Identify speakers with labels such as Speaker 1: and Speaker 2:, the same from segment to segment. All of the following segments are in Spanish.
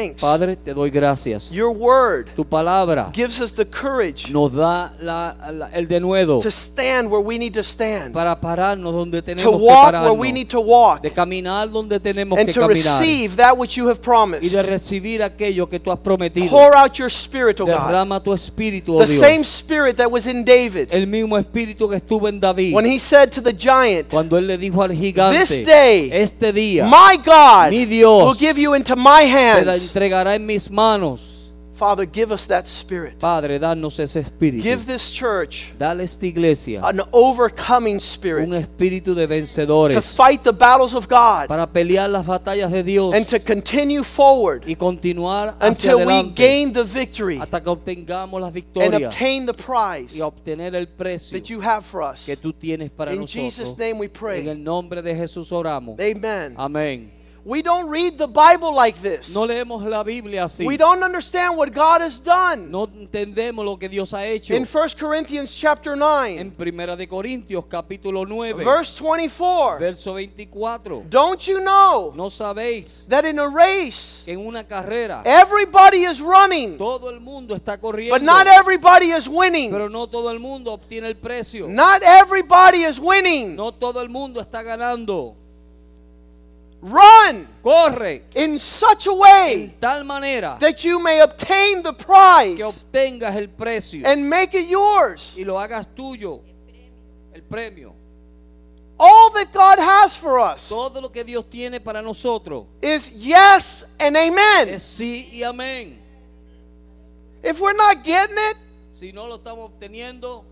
Speaker 1: Thanks.
Speaker 2: Padre, te doy gracias.
Speaker 1: Your word
Speaker 2: Tu palabra
Speaker 1: gives us the courage
Speaker 2: nos da la- la- el denuedo
Speaker 1: to stand where we need to stand,
Speaker 2: para pararnos donde tenemos
Speaker 1: to
Speaker 2: que
Speaker 1: walk where we
Speaker 2: pararnos,
Speaker 1: need to walk,
Speaker 2: de caminar donde tenemos
Speaker 1: and
Speaker 2: que
Speaker 1: to
Speaker 2: caminar
Speaker 1: receive that which you have
Speaker 2: y
Speaker 1: promised.
Speaker 2: de recibir aquello que tú has prometido.
Speaker 1: Pour out your spirit, O God.
Speaker 2: Derrama tu espíritu, oh
Speaker 1: The same
Speaker 2: Dios.
Speaker 1: spirit that was in David
Speaker 2: El mismo espíritu que estuvo en David
Speaker 1: when he said to the giant,
Speaker 2: cuando él le dijo al
Speaker 1: This
Speaker 2: gigante,
Speaker 1: day,
Speaker 2: este día
Speaker 1: My God
Speaker 2: Mi Dios
Speaker 1: will give you into my
Speaker 2: te la
Speaker 1: hands.
Speaker 2: entregará en mis manos.
Speaker 1: Father, give us that spirit.
Speaker 2: Padre, danos ese
Speaker 1: Give
Speaker 2: espíritu.
Speaker 1: this church
Speaker 2: Dale a esta iglesia
Speaker 1: an overcoming
Speaker 2: un
Speaker 1: spirit
Speaker 2: espíritu
Speaker 1: to
Speaker 2: de vencedores
Speaker 1: fight the battles of God
Speaker 2: para pelear las batallas de Dios
Speaker 1: and to continue forward
Speaker 2: y continuar hacia
Speaker 1: until we
Speaker 2: adelante
Speaker 1: gain the victory
Speaker 2: hasta que obtengamos las
Speaker 1: and
Speaker 2: victorias
Speaker 1: obtain the prize
Speaker 2: y obtener el precio
Speaker 1: that you have for us.
Speaker 2: que tú tienes para
Speaker 1: In
Speaker 2: nosotros.
Speaker 1: Jesus' name we
Speaker 2: En
Speaker 1: pray.
Speaker 2: el nombre de Jesús oramos.
Speaker 1: Amen.
Speaker 2: Amén.
Speaker 1: We don't read the Bible like this.
Speaker 2: No leemos la Biblia así.
Speaker 1: We don't understand what God has done.
Speaker 2: No entendemos lo que Dios ha hecho.
Speaker 1: In 1 Corinthians chapter 9,
Speaker 2: En Primera de Corintios capítulo 9,
Speaker 1: verse 24,
Speaker 2: verso 24.
Speaker 1: don't you know
Speaker 2: No sabéis
Speaker 1: that in a race
Speaker 2: que en una carrera
Speaker 1: everybody is running,
Speaker 2: todo el mundo está corriendo,
Speaker 1: but not everybody is winning.
Speaker 2: pero no todo el mundo obtiene el precio.
Speaker 1: Not everybody is winning.
Speaker 2: No todo el mundo está ganando.
Speaker 1: Run
Speaker 2: Corre
Speaker 1: in such a way
Speaker 2: en tal manera
Speaker 1: that you may obtain the
Speaker 2: que
Speaker 1: prize
Speaker 2: obtengas el precio
Speaker 1: and make it yours.
Speaker 2: y lo hagas tuyo. El premio.
Speaker 1: All that God has for us
Speaker 2: Todo lo que Dios tiene para nosotros
Speaker 1: is yes and amen.
Speaker 2: es sí y amén.
Speaker 1: If we're not getting it,
Speaker 2: Si no lo estamos obteniendo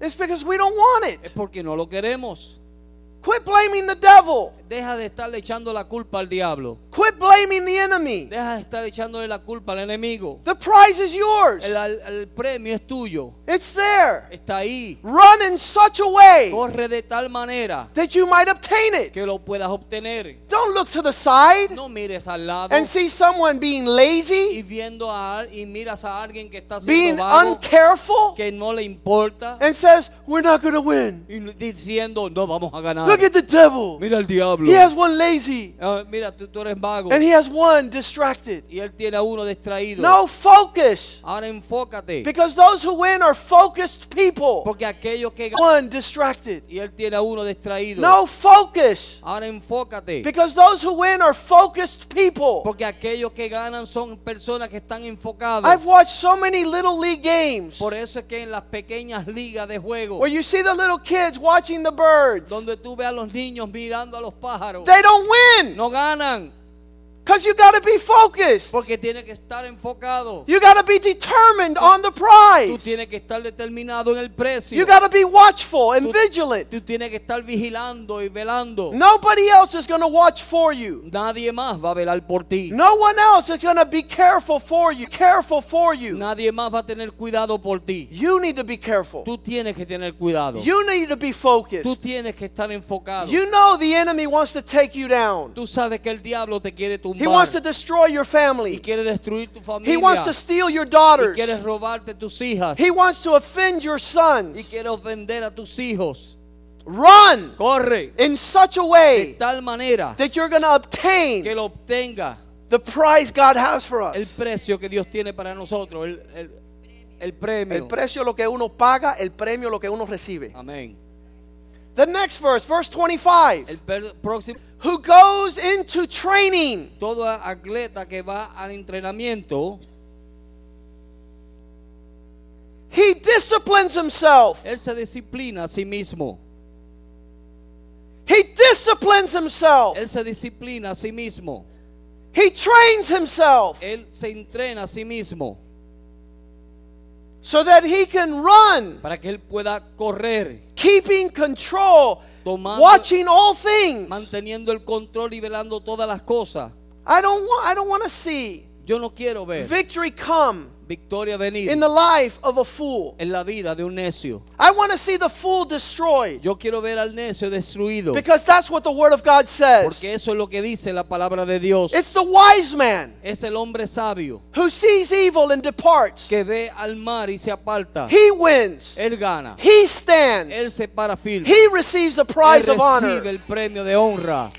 Speaker 1: it's because we don't want
Speaker 2: es
Speaker 1: it.
Speaker 2: porque no lo queremos.
Speaker 1: Quit blaming the devil.
Speaker 2: Deja de estarle echando la culpa al diablo.
Speaker 1: Quit blaming the enemy.
Speaker 2: Deja de estar echándole la culpa al enemigo.
Speaker 1: The prize is yours.
Speaker 2: El, al- el premio es tuyo.
Speaker 1: It's there.
Speaker 2: Está ahí.
Speaker 1: Run in such a way
Speaker 2: Corre de tal manera
Speaker 1: that you might obtain it.
Speaker 2: que lo puedas obtener.
Speaker 1: Don't look to the side
Speaker 2: No mires al lado
Speaker 1: and see someone being
Speaker 2: y
Speaker 1: lazy,
Speaker 2: viendo a al- y miras a alguien que está
Speaker 1: being
Speaker 2: siendo vago,
Speaker 1: uncareful,
Speaker 2: que no le importa
Speaker 1: and says, We're not going to win.
Speaker 2: y diciendo no vamos a ganar.
Speaker 1: Look at the devil.
Speaker 2: Mira al diablo.
Speaker 1: He has one lazy
Speaker 2: Ah, mira tú, tú eres vago
Speaker 1: and he has one distracted.
Speaker 2: y él tiene a uno distraído.
Speaker 1: No focus.
Speaker 2: Ahora enfócate
Speaker 1: Because those who win are focused people.
Speaker 2: porque aquellos que ganan
Speaker 1: One distracted.
Speaker 2: y él tiene a uno distraído.
Speaker 1: No focus.
Speaker 2: Ahora enfócate.
Speaker 1: Because those who win are focused people.
Speaker 2: Porque aquellos que ganan son personas que están enfocadas.
Speaker 1: I've watched so many little league games
Speaker 2: Por eso es que en las pequeñas ligas de juego,
Speaker 1: where you see the little kids watching the birds.
Speaker 2: donde tú ves a los niños mirando a los pájaros,
Speaker 1: They don't win
Speaker 2: no ganan.
Speaker 1: because you got to be focused.
Speaker 2: Porque tiene que estar enfocado.
Speaker 1: You got to be determined on the
Speaker 2: Tú
Speaker 1: prize.
Speaker 2: tienes que estar determinado en el precio.
Speaker 1: You got to be watchful and
Speaker 2: Tú-
Speaker 1: vigilant.
Speaker 2: Tú tienes que estar vigilando y velando.
Speaker 1: Nobody else is going to watch for you.
Speaker 2: Nadie más va a velar por ti.
Speaker 1: No one else is going to be careful for you. Careful for you.
Speaker 2: Nadie más va a tener cuidado por ti.
Speaker 1: You need to be careful.
Speaker 2: Tú tienes que tener cuidado.
Speaker 1: You need to be
Speaker 2: Tú
Speaker 1: focused.
Speaker 2: tienes que estar enfocado.
Speaker 1: You know the enemy wants to take you down.
Speaker 2: Tú sabes que el diablo te quiere
Speaker 1: He wants to
Speaker 2: tumbar
Speaker 1: destroy your
Speaker 2: y
Speaker 1: family.
Speaker 2: quiere destruir tu
Speaker 1: He wants to
Speaker 2: familia.
Speaker 1: steal your
Speaker 2: y
Speaker 1: daughters.
Speaker 2: quieres robarte tus hijas
Speaker 1: He wants to offend your
Speaker 2: y
Speaker 1: sons.
Speaker 2: quieres ofender a tus hijos.
Speaker 1: Run
Speaker 2: Corre
Speaker 1: in such a
Speaker 2: de
Speaker 1: way
Speaker 2: tal manera
Speaker 1: that you're going to
Speaker 2: que
Speaker 1: obtain
Speaker 2: lo obtenga
Speaker 1: the prize God has for
Speaker 2: el
Speaker 1: us.
Speaker 2: precio que Dios tiene para nosotros, el, el- el
Speaker 1: El
Speaker 2: premio. Ah.
Speaker 1: precio lo que uno paga, el premio lo que uno recibe.
Speaker 2: Amén.
Speaker 1: The next verse, verse
Speaker 2: El
Speaker 1: 25.
Speaker 2: per- próximo,
Speaker 1: Who goes into training
Speaker 2: todo atleta que va al entrenamiento,
Speaker 1: He disciplines himself.
Speaker 2: él se disciplina a sí mismo.
Speaker 1: He disciplines himself.
Speaker 2: Él se disciplina a sí mismo.
Speaker 1: He trains himself
Speaker 2: Él se entrena a sí mismo
Speaker 1: so that he can run,
Speaker 2: para que él pueda correr,
Speaker 1: keeping control,
Speaker 2: Tomando-
Speaker 1: watching all things.
Speaker 2: manteniendo el control y velando todas las cosas.
Speaker 1: I don't want I don't want to see
Speaker 2: Yo no quiero ver
Speaker 1: victory come
Speaker 2: victoria venir
Speaker 1: in the life of a fool.
Speaker 2: en la vida de un necio.
Speaker 1: I want to see the fool destroyed
Speaker 2: Yo quiero ver al necio destruido.
Speaker 1: because that's what the Word of God says.
Speaker 2: Porque eso es lo que dice la palabra de Dios.
Speaker 1: It's the wise man
Speaker 2: Es el hombre sabio
Speaker 1: who sees evil and departs.
Speaker 2: que ve al mar y se aparta.
Speaker 1: He wins,
Speaker 2: Él gana.
Speaker 1: he stands,
Speaker 2: Él se para firme.
Speaker 1: he receives a
Speaker 2: Él
Speaker 1: prize of
Speaker 2: recibe
Speaker 1: honor.
Speaker 2: el premio de honra.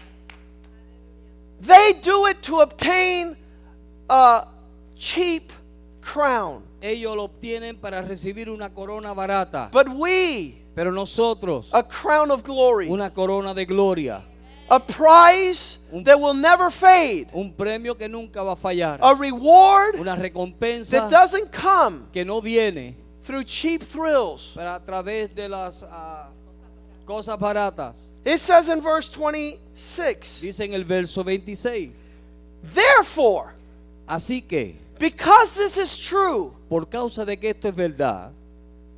Speaker 1: They do it to obtain a cheap crown.
Speaker 2: Ellos lo obtienen para recibir una corona barata.
Speaker 1: But we,
Speaker 2: Pero nosotros,
Speaker 1: a crown of glory,
Speaker 2: una corona de gloria.
Speaker 1: a prize that will never fade,
Speaker 2: Un premio que nunca va a fallar.
Speaker 1: a reward
Speaker 2: Una
Speaker 1: that
Speaker 2: recompensa
Speaker 1: doesn't come
Speaker 2: que no viene
Speaker 1: through cheap thrills.
Speaker 2: para a través de las ah, cosas baratas.
Speaker 1: It says in verse 26
Speaker 2: Dice en el verso 26.
Speaker 1: Therefore,
Speaker 2: Así que,
Speaker 1: because this is true,
Speaker 2: por causa de que esto es verdad,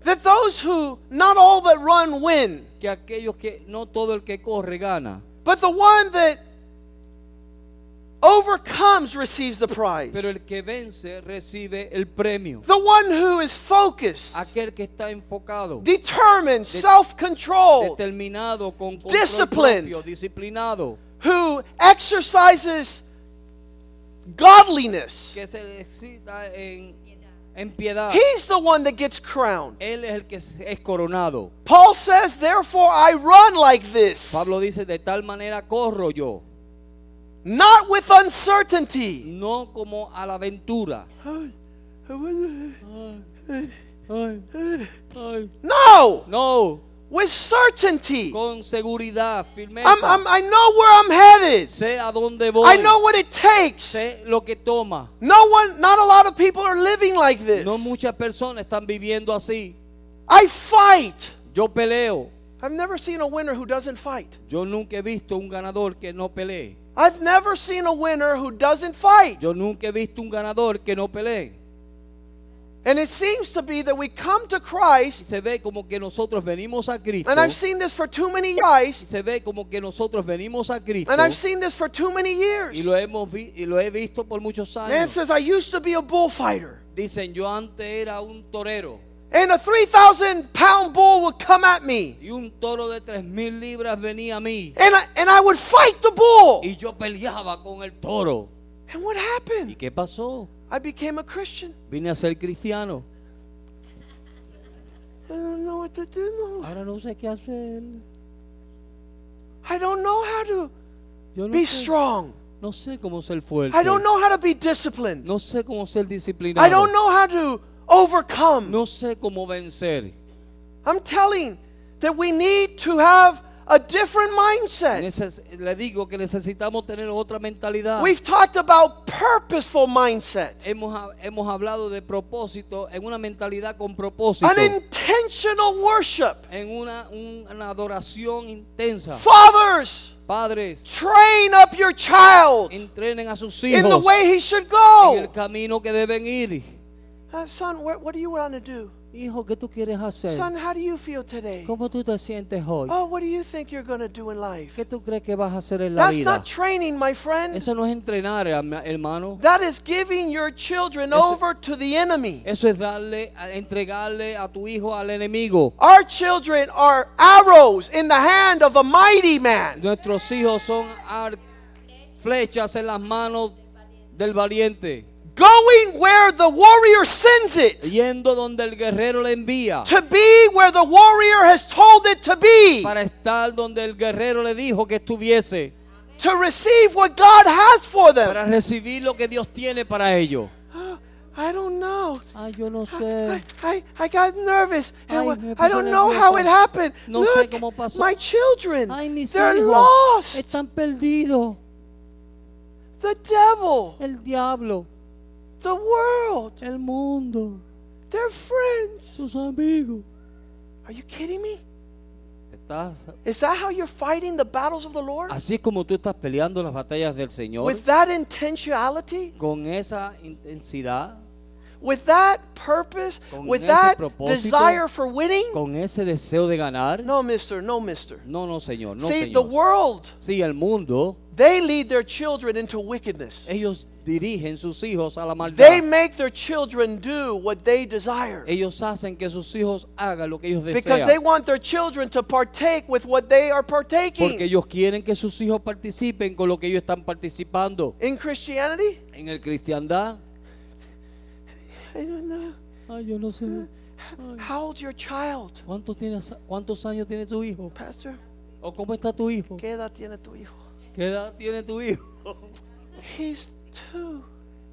Speaker 1: that those who, not all that run win,
Speaker 2: que aquellos que no todo el que corre gana,
Speaker 1: but the one that overcomes receives the prize.
Speaker 2: pero el que vence recibe el premio.
Speaker 1: The one who is focused,
Speaker 2: Aquel que está enfocado,
Speaker 1: determined, self controlled,
Speaker 2: determinado, con control
Speaker 1: Disciplined.
Speaker 2: propio, disciplinado,
Speaker 1: who exercises godliness.
Speaker 2: que se excita en, en piedad.
Speaker 1: He's the one that gets crowned.
Speaker 2: Él es el que es es coronado.
Speaker 1: Paul says, Therefore I run like this,
Speaker 2: Pablo dice, de tal manera corro yo,
Speaker 1: not with uncertainty.
Speaker 2: no como a la aventura. Ay, ay.
Speaker 1: No,
Speaker 2: No,
Speaker 1: with certainty.
Speaker 2: con seguridad, firmeza.
Speaker 1: I'm, I'm, I know where I'm headed.
Speaker 2: sé a dónde voy.
Speaker 1: I know what it takes.
Speaker 2: sé lo que toma.
Speaker 1: No one, not a lot of people are living like this.
Speaker 2: No muchas personas están viviendo así.
Speaker 1: I fight.
Speaker 2: Yo peleo.
Speaker 1: I've never seen a winner who doesn't fight.
Speaker 2: Yo nunca he visto un ganador que no pelee.
Speaker 1: I've never seen a winner who doesn't fight.
Speaker 2: Yo nunca he visto un ganador que no pelee.
Speaker 1: And it seems to be that we come to
Speaker 2: Y
Speaker 1: Christ,
Speaker 2: se ve como que nosotros venimos a Cristo.
Speaker 1: and I've seen this for too many
Speaker 2: Y
Speaker 1: years,
Speaker 2: se ve como que nosotros venimos a Cristo.
Speaker 1: and I've seen this for too many
Speaker 2: Y
Speaker 1: years.
Speaker 2: lo hemos vi- y lo he visto por muchos
Speaker 1: Man
Speaker 2: años.
Speaker 1: says, I used to be a bullfighter,
Speaker 2: Dicen, yo antes era un torero
Speaker 1: and a 3,000 pound bull would come at me,
Speaker 2: y un toro de tres mil libras venía a mí
Speaker 1: and I, and I would fight the bull.
Speaker 2: y yo peleaba con el toro.
Speaker 1: And what
Speaker 2: ¿Y
Speaker 1: happened?
Speaker 2: qué pasó?
Speaker 1: I became a Christian.
Speaker 2: Vine a ser cristiano.
Speaker 1: I don't know what to do. no.
Speaker 2: Ahora no sé qué hacer.
Speaker 1: I don't know how to
Speaker 2: Yo no
Speaker 1: be
Speaker 2: sé.
Speaker 1: strong.
Speaker 2: No sé cómo ser fuerte.
Speaker 1: I don't know how to be disciplined.
Speaker 2: No sé cómo ser disciplinado.
Speaker 1: I don't know how to overcome.
Speaker 2: No sé cómo vencer.
Speaker 1: I'm telling that we need to have a different mindset.
Speaker 2: Neces- le digo que necesitamos tener otra mentalidad.
Speaker 1: We've talked about purposeful mindset,
Speaker 2: hemos, ha- hemos hablado de propósito, en una mentalidad con propósito.
Speaker 1: an intentional worship.
Speaker 2: en una, un- una adoración intensa.
Speaker 1: Fathers,
Speaker 2: Padres,
Speaker 1: train up your child
Speaker 2: entrenen a sus hijos
Speaker 1: in the way he should
Speaker 2: en el
Speaker 1: go.
Speaker 2: camino que deben ir.
Speaker 1: Uh, son, what, what do you want to do?
Speaker 2: Hijo, ¿qué tú quieres hacer?
Speaker 1: Son, how do you feel today?
Speaker 2: ¿Cómo tú te sientes hoy?
Speaker 1: Oh, what do you think you're going to do in life?
Speaker 2: ¿Qué tú crees que vas a hacer en la
Speaker 1: That's
Speaker 2: vida?
Speaker 1: not training, my friend.
Speaker 2: Eso no es entrenar, herma- hermano.
Speaker 1: That is giving your children
Speaker 2: Eso-
Speaker 1: over to the enemy.
Speaker 2: Eso es darle, a- entregarle a tu hijo al enemigo.
Speaker 1: Our children are arrows in the hand of a mighty man.
Speaker 2: Nuestros hijos son ar- flechas en las manos del valiente,
Speaker 1: Going where the warrior sends it,
Speaker 2: yendo donde el guerrero le envía,
Speaker 1: to be where the warrior has told it to be,
Speaker 2: para estar donde el guerrero le dijo que estuviese,
Speaker 1: to receive what God has for them.
Speaker 2: para recibir lo que Dios tiene para ellos.
Speaker 1: I don't know.
Speaker 2: Ay, yo no
Speaker 1: I,
Speaker 2: sé.
Speaker 1: I, I got nervous.
Speaker 2: uh, Ay,
Speaker 1: I,
Speaker 2: me
Speaker 1: I
Speaker 2: puse
Speaker 1: don't know how
Speaker 2: nervioso.
Speaker 1: it happened.
Speaker 2: No sé
Speaker 1: Look,
Speaker 2: cómo pasó.
Speaker 1: my children,
Speaker 2: Ay, mis
Speaker 1: they're
Speaker 2: hijos
Speaker 1: lost.
Speaker 2: están perdidos.
Speaker 1: The devil,
Speaker 2: El diablo,
Speaker 1: the world,
Speaker 2: el mundo,
Speaker 1: their friends.
Speaker 2: sus amigos.
Speaker 1: Are you kidding me?
Speaker 2: Estás,
Speaker 1: Is that how you're fighting the battles of the Lord?
Speaker 2: así es como tú estás peleando las batallas del Señor.
Speaker 1: With that intentionality,
Speaker 2: con esa intensidad,
Speaker 1: with that purpose,
Speaker 2: Con
Speaker 1: with
Speaker 2: ese
Speaker 1: that
Speaker 2: propósito.
Speaker 1: desire for winning?
Speaker 2: con ese deseo de ganar.
Speaker 1: No, mister, no, mister.
Speaker 2: No, no, señor, no,
Speaker 1: See, the
Speaker 2: señor.
Speaker 1: world,
Speaker 2: Sí, el mundo,
Speaker 1: they lead their children into wickedness.
Speaker 2: ellos dirigen sus hijos a la maldad.
Speaker 1: They make their children do what they desire
Speaker 2: Ellos hacen que sus hijos hagan lo que ellos
Speaker 1: because they
Speaker 2: desean.
Speaker 1: want their children to partake with what they are
Speaker 2: Porque
Speaker 1: partaking.
Speaker 2: ellos quieren que sus hijos participen con lo que ellos están participando.
Speaker 1: In Christianity,
Speaker 2: En el cristiandad,
Speaker 1: I don't know.
Speaker 2: ay, yo no sé.
Speaker 1: How old's your child,
Speaker 2: ¿Cuántos, tienes, ¿Cuántos años tiene tu hijo?
Speaker 1: Pastor?
Speaker 2: ¿O cómo está tu hijo?
Speaker 1: ¿Qué edad tiene tu hijo?
Speaker 2: ¿Qué edad tiene tu hijo?
Speaker 1: He's two.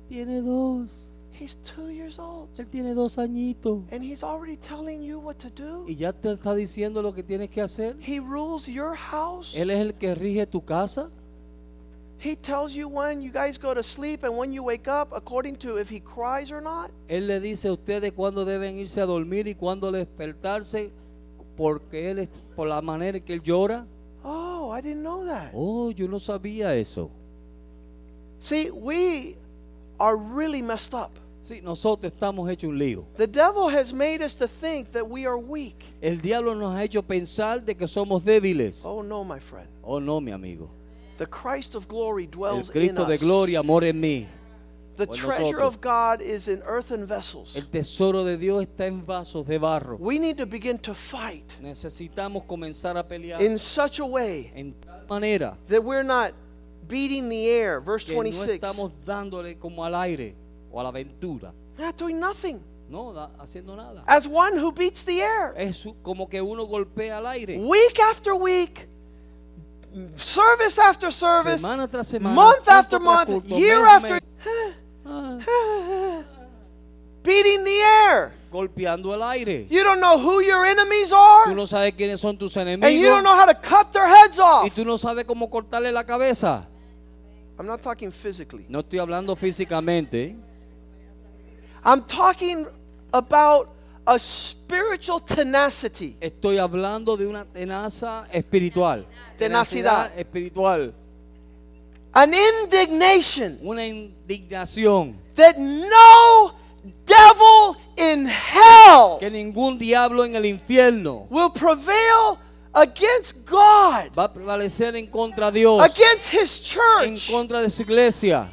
Speaker 2: Tiene dos.
Speaker 1: He's two years old.
Speaker 2: Él tiene dos añitos.
Speaker 1: And he's already telling you what to do.
Speaker 2: Y ya te está diciendo lo que tienes que hacer.
Speaker 1: He rules your house.
Speaker 2: Él es el que rige tu casa.
Speaker 1: He tells you when you guys go to sleep and when you wake up according to if he cries or not.
Speaker 2: Él le dice a ustedes cuándo deben irse a dormir y cuándo despertarse. Porque él es por la manera que él llora.
Speaker 1: Oh, I didn't know that.
Speaker 2: Oh, yo no sabía eso.
Speaker 1: See, we are really messed up.
Speaker 2: Sí, nosotros estamos hechos un lío.
Speaker 1: The devil has made us to think that we are weak.
Speaker 2: El diablo nos ha hecho pensar de que somos débiles.
Speaker 1: Oh no, my friend.
Speaker 2: Oh no, mi amigo.
Speaker 1: The Christ of glory
Speaker 2: El
Speaker 1: dwells in
Speaker 2: Cristo de
Speaker 1: us.
Speaker 2: gloria mora en mí.
Speaker 1: The
Speaker 2: o en
Speaker 1: treasure
Speaker 2: nosotros.
Speaker 1: of God is in earthen vessels.
Speaker 2: El tesoro de Dios está en vasos de barro.
Speaker 1: We need to begin to fight
Speaker 2: Necesitamos comenzar a pelear
Speaker 1: in such a way
Speaker 2: en tal manera
Speaker 1: that we're not beating the air. Verse
Speaker 2: que no
Speaker 1: 26.
Speaker 2: estamos dándole como al aire o a la aventura.
Speaker 1: Not doing nothing.
Speaker 2: No, da- haciendo nada.
Speaker 1: As one who beats the air,
Speaker 2: Es su- como que uno golpea al aire.
Speaker 1: week after week, service after service,
Speaker 2: Semana tras semana.
Speaker 1: month
Speaker 2: culto
Speaker 1: after
Speaker 2: tras
Speaker 1: month,
Speaker 2: culto,
Speaker 1: year
Speaker 2: mes a
Speaker 1: after.
Speaker 2: mes. Ah,
Speaker 1: beating the air.
Speaker 2: golpeando al aire.
Speaker 1: You don't know who your enemies
Speaker 2: Tú
Speaker 1: are,
Speaker 2: no sabes quiénes son tus
Speaker 1: and you don't
Speaker 2: enemigos.
Speaker 1: know how to cut their heads
Speaker 2: Y
Speaker 1: off.
Speaker 2: tú no sabes cómo cortarle la cabeza.
Speaker 1: I'm not talking physically,
Speaker 2: No estoy hablando físicamente.
Speaker 1: I'm talking about a spiritual tenacity.
Speaker 2: Estoy hablando de una tenaza espiritual.
Speaker 1: Tenacidad.
Speaker 2: Tenacidad espiritual.
Speaker 1: an indignation
Speaker 2: Una indignación.
Speaker 1: that no devil in hell
Speaker 2: Que ningún diablo en el infierno
Speaker 1: will prevail against God,
Speaker 2: va a prevalecer en contra de Dios.
Speaker 1: against his
Speaker 2: En
Speaker 1: church.
Speaker 2: contra de su iglesia.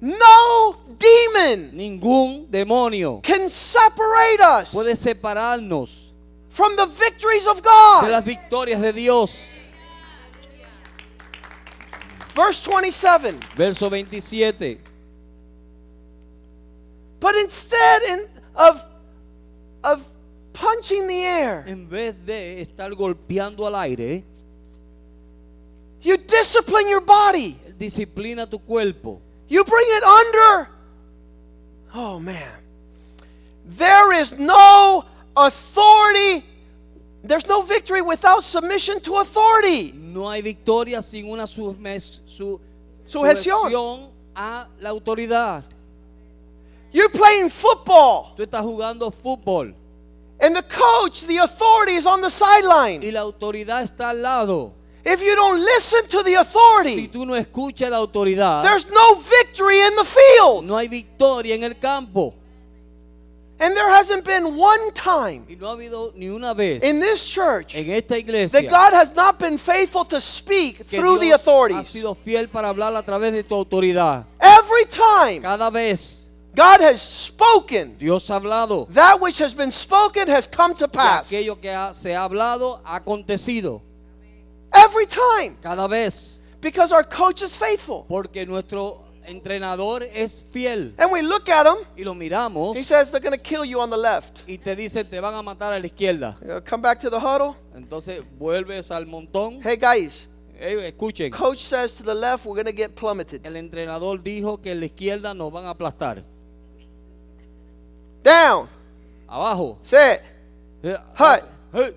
Speaker 1: No demon
Speaker 2: Ningún demonio
Speaker 1: can separate us
Speaker 2: puede separarnos
Speaker 1: from the victories of
Speaker 2: de
Speaker 1: God.
Speaker 2: las victorias de Dios.
Speaker 1: Verse 27.
Speaker 2: Verso 27.
Speaker 1: But instead in, of, of punching the air,
Speaker 2: En vez de estar golpeando al aire,
Speaker 1: you discipline your body.
Speaker 2: disciplina tu cuerpo.
Speaker 1: You bring it under. Oh man. There is no authority. There's no victory without submission to authority.
Speaker 2: No hay victoria sin una submes- su-
Speaker 1: Sujeción.
Speaker 2: sujeción a la autoridad.
Speaker 1: You're playing football,
Speaker 2: Tú estás jugando fútbol
Speaker 1: and the coach, the authority is on the
Speaker 2: y
Speaker 1: sideline.
Speaker 2: la autoridad está al lado.
Speaker 1: If you don't listen to the
Speaker 2: Si
Speaker 1: authority,
Speaker 2: tú no escuchas a la autoridad,
Speaker 1: there's no victory in the field.
Speaker 2: no hay victoria en el campo.
Speaker 1: And there hasn't been one time
Speaker 2: Y no ha habido ni una vez
Speaker 1: in this church
Speaker 2: en esta iglesia
Speaker 1: that God has not been faithful to speak
Speaker 2: que
Speaker 1: through the
Speaker 2: Dios ha
Speaker 1: authorities.
Speaker 2: sido fiel para hablar a través de tu autoridad.
Speaker 1: Every time
Speaker 2: Cada vez
Speaker 1: God has spoken,
Speaker 2: Dios ha hablado. y
Speaker 1: That which has been spoken has come to pass.
Speaker 2: aquello que ha- se ha hablado ha acontecido.
Speaker 1: Every time.
Speaker 2: Cada vez.
Speaker 1: Because our coach is faithful.
Speaker 2: Porque nuestro entrenador es fiel.
Speaker 1: And we look at him.
Speaker 2: Y lo miramos
Speaker 1: He says they're going to kill you on the left.
Speaker 2: y te dicen te van a matar a la izquierda.
Speaker 1: You know, Come back to the huddle.
Speaker 2: Entonces vuelves al montón.
Speaker 1: Hey guys,
Speaker 2: Ey, escuchen,
Speaker 1: coach says to the left we're going to get plummeted.
Speaker 2: el entrenador dijo que en la izquierda nos van a aplastar.
Speaker 1: Down.
Speaker 2: Abajo.
Speaker 1: Sit.
Speaker 2: Eh,
Speaker 1: Hut.
Speaker 2: eh.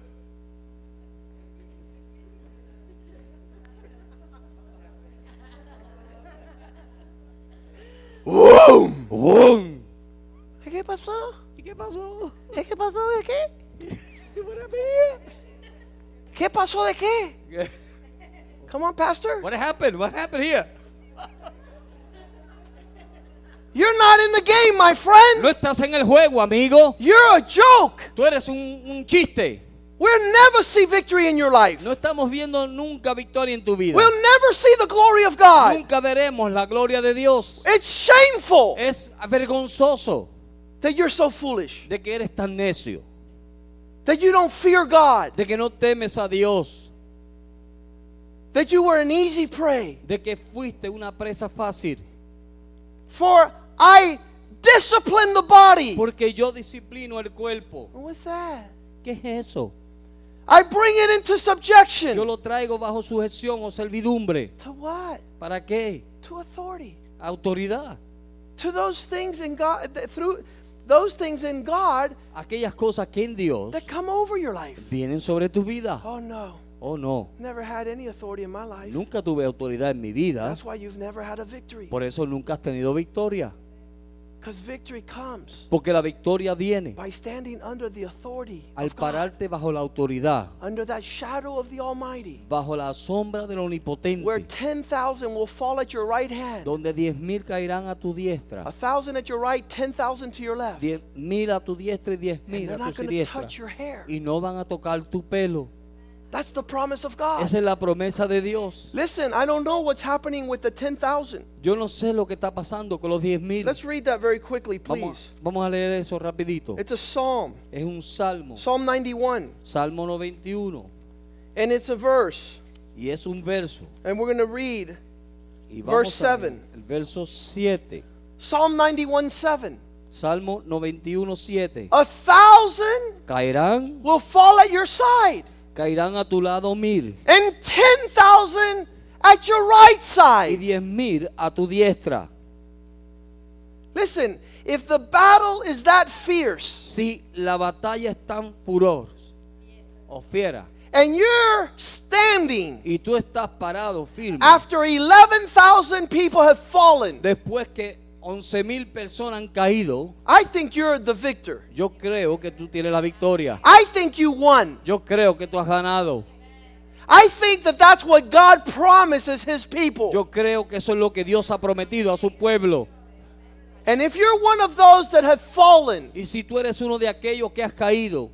Speaker 2: ¡Bum!
Speaker 1: ¿Qué pasó?
Speaker 2: ¿Y qué pasó?
Speaker 1: ¿Qué pasó de qué?
Speaker 2: ¿Qué buena pelea.
Speaker 1: ¿Qué pasó de qué? Come on, pastor.
Speaker 2: What happened? What happened here?
Speaker 1: You're not in the game, my friend.
Speaker 2: No estás en el juego, amigo.
Speaker 1: You're a joke.
Speaker 2: Tú eres un, un chiste.
Speaker 1: We'll never see victory in your life.
Speaker 2: No estamos viendo nunca victoria en tu vida.
Speaker 1: We'll never see the glory of God.
Speaker 2: Nunca veremos la gloria de Dios.
Speaker 1: It's shameful
Speaker 2: Es vergonzoso
Speaker 1: that you're so foolish,
Speaker 2: de que eres tan necio,
Speaker 1: that you don't fear God,
Speaker 2: de que no temes a Dios,
Speaker 1: that you were an easy prey.
Speaker 2: de que fuiste una presa fácil.
Speaker 1: For I discipline the body.
Speaker 2: Porque yo disciplino el cuerpo.
Speaker 1: What's that?
Speaker 2: ¿Qué es eso?
Speaker 1: I bring it into
Speaker 2: Yo
Speaker 1: subjection.
Speaker 2: lo traigo bajo sujeción o servidumbre.
Speaker 1: To what?
Speaker 2: ¿Para qué?
Speaker 1: To authority.
Speaker 2: Autoridad.
Speaker 1: To those things in God, th- through those things in God
Speaker 2: Aquellas cosas que en Dios
Speaker 1: that come over your life.
Speaker 2: vienen sobre tu vida.
Speaker 1: Oh no,
Speaker 2: Oh no,
Speaker 1: never had any authority in my life.
Speaker 2: nunca tuve autoridad en mi vida.
Speaker 1: That's why you've never had a victory.
Speaker 2: Por eso nunca has tenido victoria.
Speaker 1: Because victory comes
Speaker 2: Porque la victoria viene
Speaker 1: by standing under the authority
Speaker 2: al
Speaker 1: of God,
Speaker 2: pararte bajo la autoridad,
Speaker 1: under that shadow of the Almighty,
Speaker 2: bajo la sombra del
Speaker 1: where
Speaker 2: omnipotente,
Speaker 1: 10,000 will fall at your right hand,
Speaker 2: donde diez mil caerán a tu diestra.
Speaker 1: a thousand at your right, 10,000 to your left.
Speaker 2: Diez mil a tu diestra y diez
Speaker 1: And
Speaker 2: mil
Speaker 1: they're
Speaker 2: a
Speaker 1: not
Speaker 2: tu
Speaker 1: going to
Speaker 2: diestra.
Speaker 1: touch your hair.
Speaker 2: Y no van a tocar tu pelo.
Speaker 1: That's the promise of God.
Speaker 2: Esa es la promesa de Dios.
Speaker 1: Listen, I don't know what's happening with the 10,000.
Speaker 2: Yo no sé lo que está pasando con los diez mil.
Speaker 1: Let's read that very quickly,
Speaker 2: Vamos,
Speaker 1: please.
Speaker 2: vamos a leer eso rapidito.
Speaker 1: It's a psalm,
Speaker 2: Es un salmo,
Speaker 1: Psalm 91,
Speaker 2: Salmo 91,
Speaker 1: and it's a verse.
Speaker 2: y es un verso.
Speaker 1: And we're going to read
Speaker 2: Y vamos
Speaker 1: Verse
Speaker 2: a ver
Speaker 1: seven.
Speaker 2: el verso 7.
Speaker 1: Psalm 91 7.
Speaker 2: Salmo 91, 7.
Speaker 1: A thousand
Speaker 2: Caerán,
Speaker 1: will fall at your side,
Speaker 2: caerán a tu lado mil,
Speaker 1: and 10,000 at your right
Speaker 2: y
Speaker 1: side.
Speaker 2: diez mil a tu diestra.
Speaker 1: Listen, if the battle is that fierce,
Speaker 2: Si la batalla es tan furor o fiera,
Speaker 1: and you're standing
Speaker 2: y tú estás parado firme,
Speaker 1: after 11,000 people have fallen,
Speaker 2: después que 11 mil personas han caído,
Speaker 1: I think you're the victor.
Speaker 2: yo creo que tú tienes la victoria.
Speaker 1: I think you won.
Speaker 2: Yo creo que tú has ganado.
Speaker 1: I think that that's what God promises His people.
Speaker 2: Yo creo que eso es lo que Dios ha prometido a su pueblo.
Speaker 1: And if you're one of those that have fallen,
Speaker 2: Y si tú eres uno de aquellos que has caído,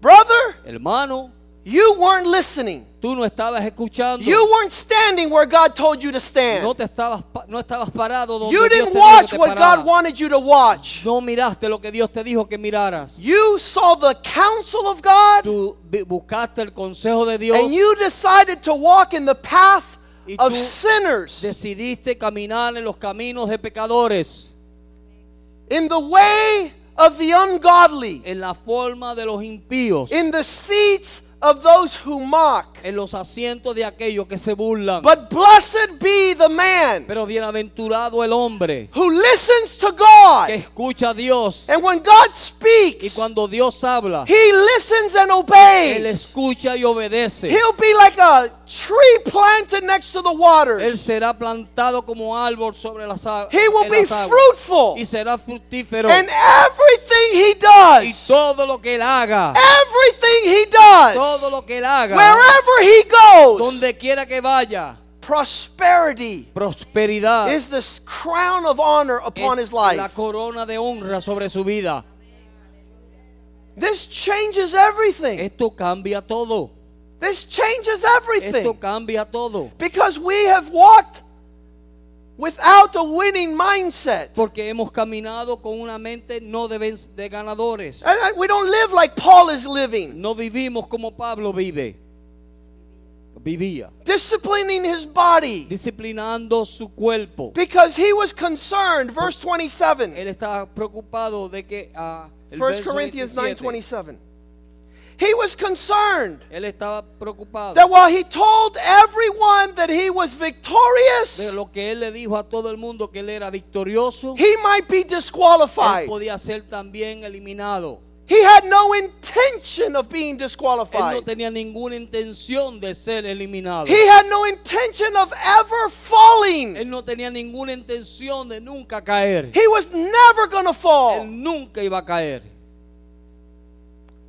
Speaker 1: brother,
Speaker 2: hermano,
Speaker 1: you weren't listening.
Speaker 2: tú no estabas escuchando,
Speaker 1: You weren't standing where God told you to
Speaker 2: no
Speaker 1: stand.
Speaker 2: te estabas pa- no estabas parado donde
Speaker 1: You
Speaker 2: Dios
Speaker 1: didn't
Speaker 2: te dijo que
Speaker 1: watch
Speaker 2: te
Speaker 1: what
Speaker 2: pararas.
Speaker 1: God wanted you to watch.
Speaker 2: No miraste lo que Dios te dijo que miraras.
Speaker 1: You saw the counsel of God
Speaker 2: Tú vi- buscaste el consejo de Dios,
Speaker 1: and you decided to walk in the path
Speaker 2: Y
Speaker 1: of
Speaker 2: tú
Speaker 1: sinners,
Speaker 2: decidiste caminar en los caminos de pecadores,
Speaker 1: in the way of the ungodly,
Speaker 2: en la forma de los impíos,
Speaker 1: in the seats of those who mock.
Speaker 2: en los asientos de aquellos que se burlan.
Speaker 1: But blessed be the man
Speaker 2: Pero bienaventurado el hombre
Speaker 1: who listens to
Speaker 2: que
Speaker 1: God.
Speaker 2: escucha a Dios
Speaker 1: And when God
Speaker 2: y
Speaker 1: speaks,
Speaker 2: cuando Dios habla,
Speaker 1: he listens and
Speaker 2: él
Speaker 1: obeys.
Speaker 2: escucha y obedece.
Speaker 1: He'll be like a tree planted next to the
Speaker 2: Él
Speaker 1: waters.
Speaker 2: será plantado como árbol sobre las, a-
Speaker 1: He will
Speaker 2: en
Speaker 1: be
Speaker 2: las aguas
Speaker 1: fruitful.
Speaker 2: y será fructífero.
Speaker 1: And everything he
Speaker 2: Y
Speaker 1: does,
Speaker 2: todo lo que él haga,
Speaker 1: everything he does,
Speaker 2: todo lo que él haga,
Speaker 1: wherever he goes,
Speaker 2: donde quiera que vaya,
Speaker 1: prosperity
Speaker 2: prosperidad
Speaker 1: is the crown of honor upon his
Speaker 2: es la
Speaker 1: life.
Speaker 2: corona de honra sobre su vida.
Speaker 1: This changes everything.
Speaker 2: Esto cambia todo.
Speaker 1: This changes
Speaker 2: Esto
Speaker 1: everything.
Speaker 2: cambia todo.
Speaker 1: Because we have walked without a winning mindset.
Speaker 2: Porque hemos caminado con una mente no de, ven- de ganadores.
Speaker 1: And I- we don't live like Paul is living,
Speaker 2: No vivimos como Pablo vive. Vivía.
Speaker 1: disciplining his body.
Speaker 2: Disciplinando su cuerpo.
Speaker 1: Because he was concerned, verse 27,
Speaker 2: Él está preocupado de que ah, el
Speaker 1: 1
Speaker 2: verso
Speaker 1: Corinthians 9
Speaker 2: 27,
Speaker 1: 27. He was concerned
Speaker 2: Él estaba preocupado
Speaker 1: that while he told everyone that he was
Speaker 2: de
Speaker 1: victorious,
Speaker 2: lo que él le dijo a todo el mundo que él era victorioso.
Speaker 1: he might be
Speaker 2: Él
Speaker 1: disqualified.
Speaker 2: podía ser también eliminado.
Speaker 1: He had no intention of being
Speaker 2: Él no
Speaker 1: disqualified.
Speaker 2: tenía ninguna intención de ser eliminado.
Speaker 1: He had no intention of ever falling.
Speaker 2: Él no tenía ninguna intención de nunca caer.
Speaker 1: He was never going to fall
Speaker 2: Él nunca iba a caer.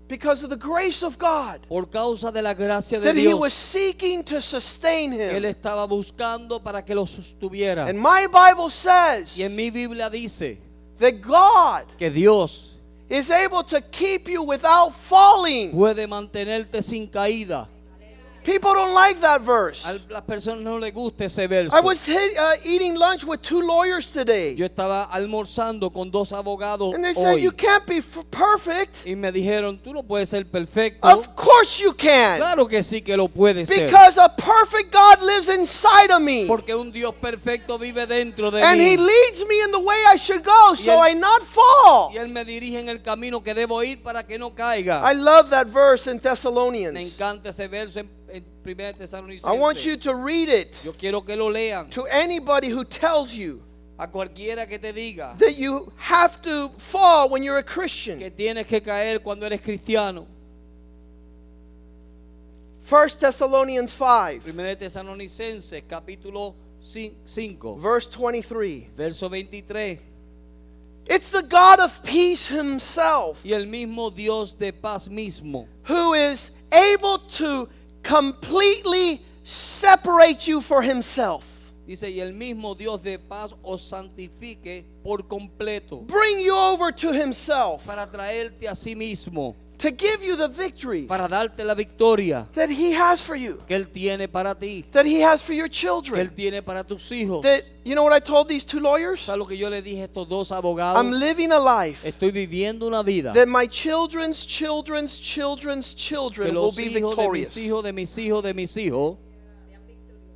Speaker 1: because of the grace of God.
Speaker 2: Por causa de la gracia de
Speaker 1: that he
Speaker 2: Dios,
Speaker 1: was seeking to sustain
Speaker 2: Él
Speaker 1: him.
Speaker 2: estaba buscando para que lo sostuviera.
Speaker 1: And my Bible
Speaker 2: Y
Speaker 1: says
Speaker 2: en mi Biblia dice
Speaker 1: that God
Speaker 2: que Dios
Speaker 1: is able to keep you without falling.
Speaker 2: puede mantenerte sin caída.
Speaker 1: People don't like that verse.
Speaker 2: A las personas no les gusta ese verso.
Speaker 1: I was hit, uh, eating lunch with two lawyers today,
Speaker 2: Yo estaba almorzando con dos abogados
Speaker 1: and they said, You
Speaker 2: hoy
Speaker 1: can't be f- perfect.
Speaker 2: y me dijeron, tú no puedes ser perfecto.
Speaker 1: Of course you can,
Speaker 2: Claro que sí que lo puedes ser.
Speaker 1: because a perfect God lives inside of me.
Speaker 2: Porque un Dios perfecto vive dentro de
Speaker 1: And
Speaker 2: mí.
Speaker 1: he leads me in the way I should go so
Speaker 2: él-
Speaker 1: I not fall.
Speaker 2: y Él me dirige en el camino que debo ir para que no caiga.
Speaker 1: I love that verse in
Speaker 2: me
Speaker 1: Thessalonians.
Speaker 2: encanta ese verso en, en 1 Tesalonicenses.
Speaker 1: I want you to read it
Speaker 2: Yo quiero que lo lean
Speaker 1: to anybody who tells you
Speaker 2: a cualquiera que te diga
Speaker 1: that you have to fall when you're a Christian.
Speaker 2: que tienes que caer cuando eres cristiano.
Speaker 1: 1 Thessalonians 5,
Speaker 2: 1 Tesalonicenses capítulo 5,
Speaker 1: verse 23.
Speaker 2: verso 23.
Speaker 1: It's the God of peace himself
Speaker 2: Y el mismo Dios de paz mismo,
Speaker 1: who is able to completely separate you for himself,
Speaker 2: dice, y el mismo Dios de paz os santifique por completo
Speaker 1: bring you over to himself,
Speaker 2: para traerte a sí mismo,
Speaker 1: to give you the victories
Speaker 2: para darte la victoria
Speaker 1: that he has for you.
Speaker 2: que Él tiene para ti,
Speaker 1: that he has for your
Speaker 2: que Él
Speaker 1: children.
Speaker 2: tiene para tus hijos.
Speaker 1: That you know what I told these two lawyers?
Speaker 2: ¿Sabes lo que yo le dije a estos dos
Speaker 1: I'm
Speaker 2: abogados?
Speaker 1: living a life
Speaker 2: Estoy viviendo una vida
Speaker 1: that my children's children's children's
Speaker 2: que
Speaker 1: children will
Speaker 2: los
Speaker 1: be
Speaker 2: hijos de mis
Speaker 1: victorious.
Speaker 2: hijos, de mis hijos, de mis hijos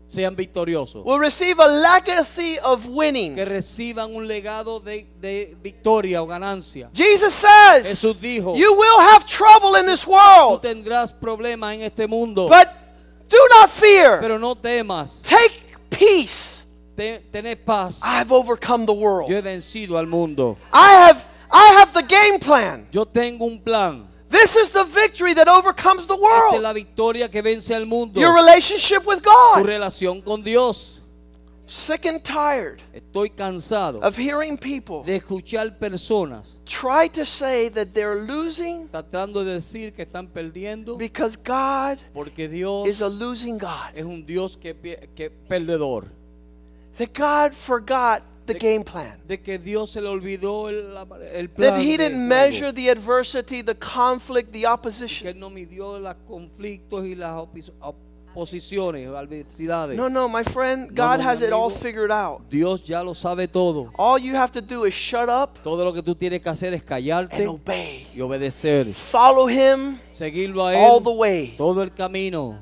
Speaker 2: sean victoriosos.
Speaker 1: Will receive a legacy of winning.
Speaker 2: que reciban un legado de, de victoria o ganancia.
Speaker 1: Jesus says,
Speaker 2: Jesús dijo,
Speaker 1: "You will have trouble in this
Speaker 2: tú
Speaker 1: world,
Speaker 2: tendrás problemas en este mundo,
Speaker 1: but do not fear.
Speaker 2: pero no temas,
Speaker 1: Take peace.
Speaker 2: te- tenés paz.
Speaker 1: I've overcome the world.
Speaker 2: Yo he vencido al mundo.
Speaker 1: I have I have the game plan.
Speaker 2: Yo tengo un plan.
Speaker 1: This is the victory that overcomes the
Speaker 2: Esta es la
Speaker 1: world.
Speaker 2: victoria que vence al mundo.
Speaker 1: Your relationship with
Speaker 2: Tu
Speaker 1: God.
Speaker 2: relación con Dios.
Speaker 1: Sick and tired
Speaker 2: Estoy cansado
Speaker 1: of hearing people
Speaker 2: de escuchar personas
Speaker 1: try to say that they're losing
Speaker 2: tratando de decir que están perdiendo
Speaker 1: because God
Speaker 2: porque Dios
Speaker 1: is a losing God.
Speaker 2: es un Dios que, pie- que perdedor.
Speaker 1: That God forgot the game plan.
Speaker 2: De que Dios se le olvidó el, el plan.
Speaker 1: That He
Speaker 2: de
Speaker 1: didn't
Speaker 2: juego.
Speaker 1: measure the adversity, the conflict, the
Speaker 2: que
Speaker 1: opposition.
Speaker 2: él no midió los conflictos y las opis- oposiciones, adversidades.
Speaker 1: No, no, my friend,
Speaker 2: No,
Speaker 1: God
Speaker 2: no,
Speaker 1: has
Speaker 2: mi
Speaker 1: it all
Speaker 2: amigo.
Speaker 1: figured out.
Speaker 2: Dios ya lo sabe todo.
Speaker 1: All you have to do is shut up
Speaker 2: Todo lo que tú tienes que hacer es
Speaker 1: and
Speaker 2: callarte
Speaker 1: obey.
Speaker 2: y obedecer,
Speaker 1: Follow Him
Speaker 2: seguirlo a
Speaker 1: all the
Speaker 2: él
Speaker 1: way,
Speaker 2: todo el camino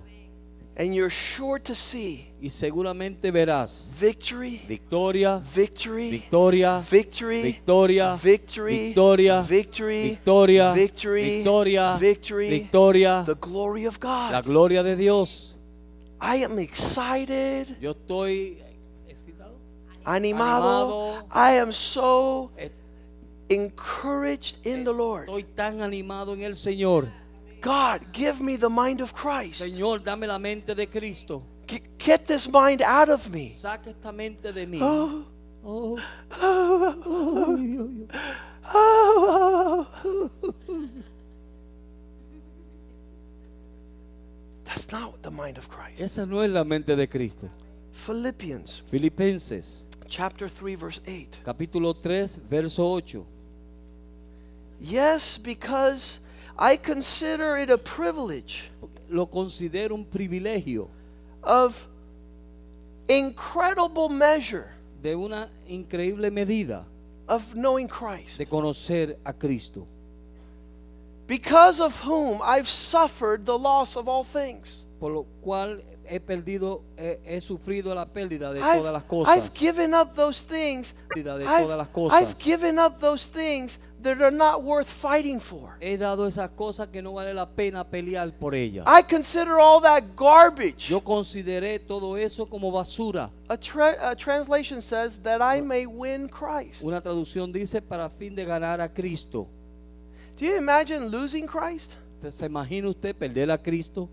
Speaker 1: and you're sure to see
Speaker 2: y seguramente verás
Speaker 1: victory,
Speaker 2: victoria,
Speaker 1: victory,
Speaker 2: victoria,
Speaker 1: Victory.
Speaker 2: victoria,
Speaker 1: Victory.
Speaker 2: victoria,
Speaker 1: Victory.
Speaker 2: victoria,
Speaker 1: Victory.
Speaker 2: victoria,
Speaker 1: Victory.
Speaker 2: victoria,
Speaker 1: the glory of
Speaker 2: la
Speaker 1: God.
Speaker 2: gloria de Dios.
Speaker 1: I am excited.
Speaker 2: Yo estoy excitado,
Speaker 1: animado.
Speaker 2: Animado.
Speaker 1: I am so
Speaker 2: Eh,
Speaker 1: encouraged in the Lord.
Speaker 2: estoy tan animado en el Señor.
Speaker 1: God, give me the mind of Christ.
Speaker 2: Señor, dame la mente de Cristo.
Speaker 1: G- Get this mind out of me.
Speaker 2: Saca esta mente de mí.
Speaker 1: Oh,
Speaker 2: Oh,
Speaker 1: oh, oh, oh. That's not the mind of Christ.
Speaker 2: esa no es la mente de Cristo.
Speaker 1: Philippians
Speaker 2: Filipenses,
Speaker 1: chapter 3 verse 8.
Speaker 2: capítulo 3, verso 8.
Speaker 1: Yes, because I consider it a privilege
Speaker 2: Lo considero un privilegio
Speaker 1: of incredible measure
Speaker 2: de una increíble medida
Speaker 1: of knowing Christ,
Speaker 2: de conocer a Cristo,
Speaker 1: because of whom I've suffered the loss of all things.
Speaker 2: por lo cual he perdido, he, he sufrido la pérdida de todas
Speaker 1: I've,
Speaker 2: las
Speaker 1: I've
Speaker 2: cosas.
Speaker 1: given up those things.
Speaker 2: Pérdida de todas las
Speaker 1: I've,
Speaker 2: cosas.
Speaker 1: I've given up those things that are not worth fighting for.
Speaker 2: He dado esas cosas que no vale la pena pelear por ellas.
Speaker 1: I consider all that garbage.
Speaker 2: Yo consideré todo eso como basura.
Speaker 1: A, tra- a translation says that I may win Christ.
Speaker 2: Una traducción dice para fin de ganar a Cristo.
Speaker 1: Do you imagine losing Christ?
Speaker 2: ¿Te- ¿Se imagina usted perder a Cristo?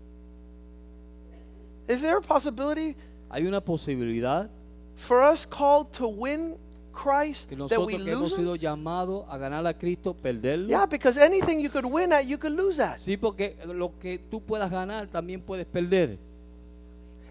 Speaker 1: Is there a possibility
Speaker 2: Hay una posibilidad
Speaker 1: for us called to win Christ
Speaker 2: que
Speaker 1: that
Speaker 2: nosotros
Speaker 1: we
Speaker 2: que hemos
Speaker 1: lose him?
Speaker 2: sido llamados a ganar a Cristo, perderlo.
Speaker 1: Yeah, because anything you could win at, you could lose at.
Speaker 2: Sí, porque lo que tú puedas ganar también puedes perder.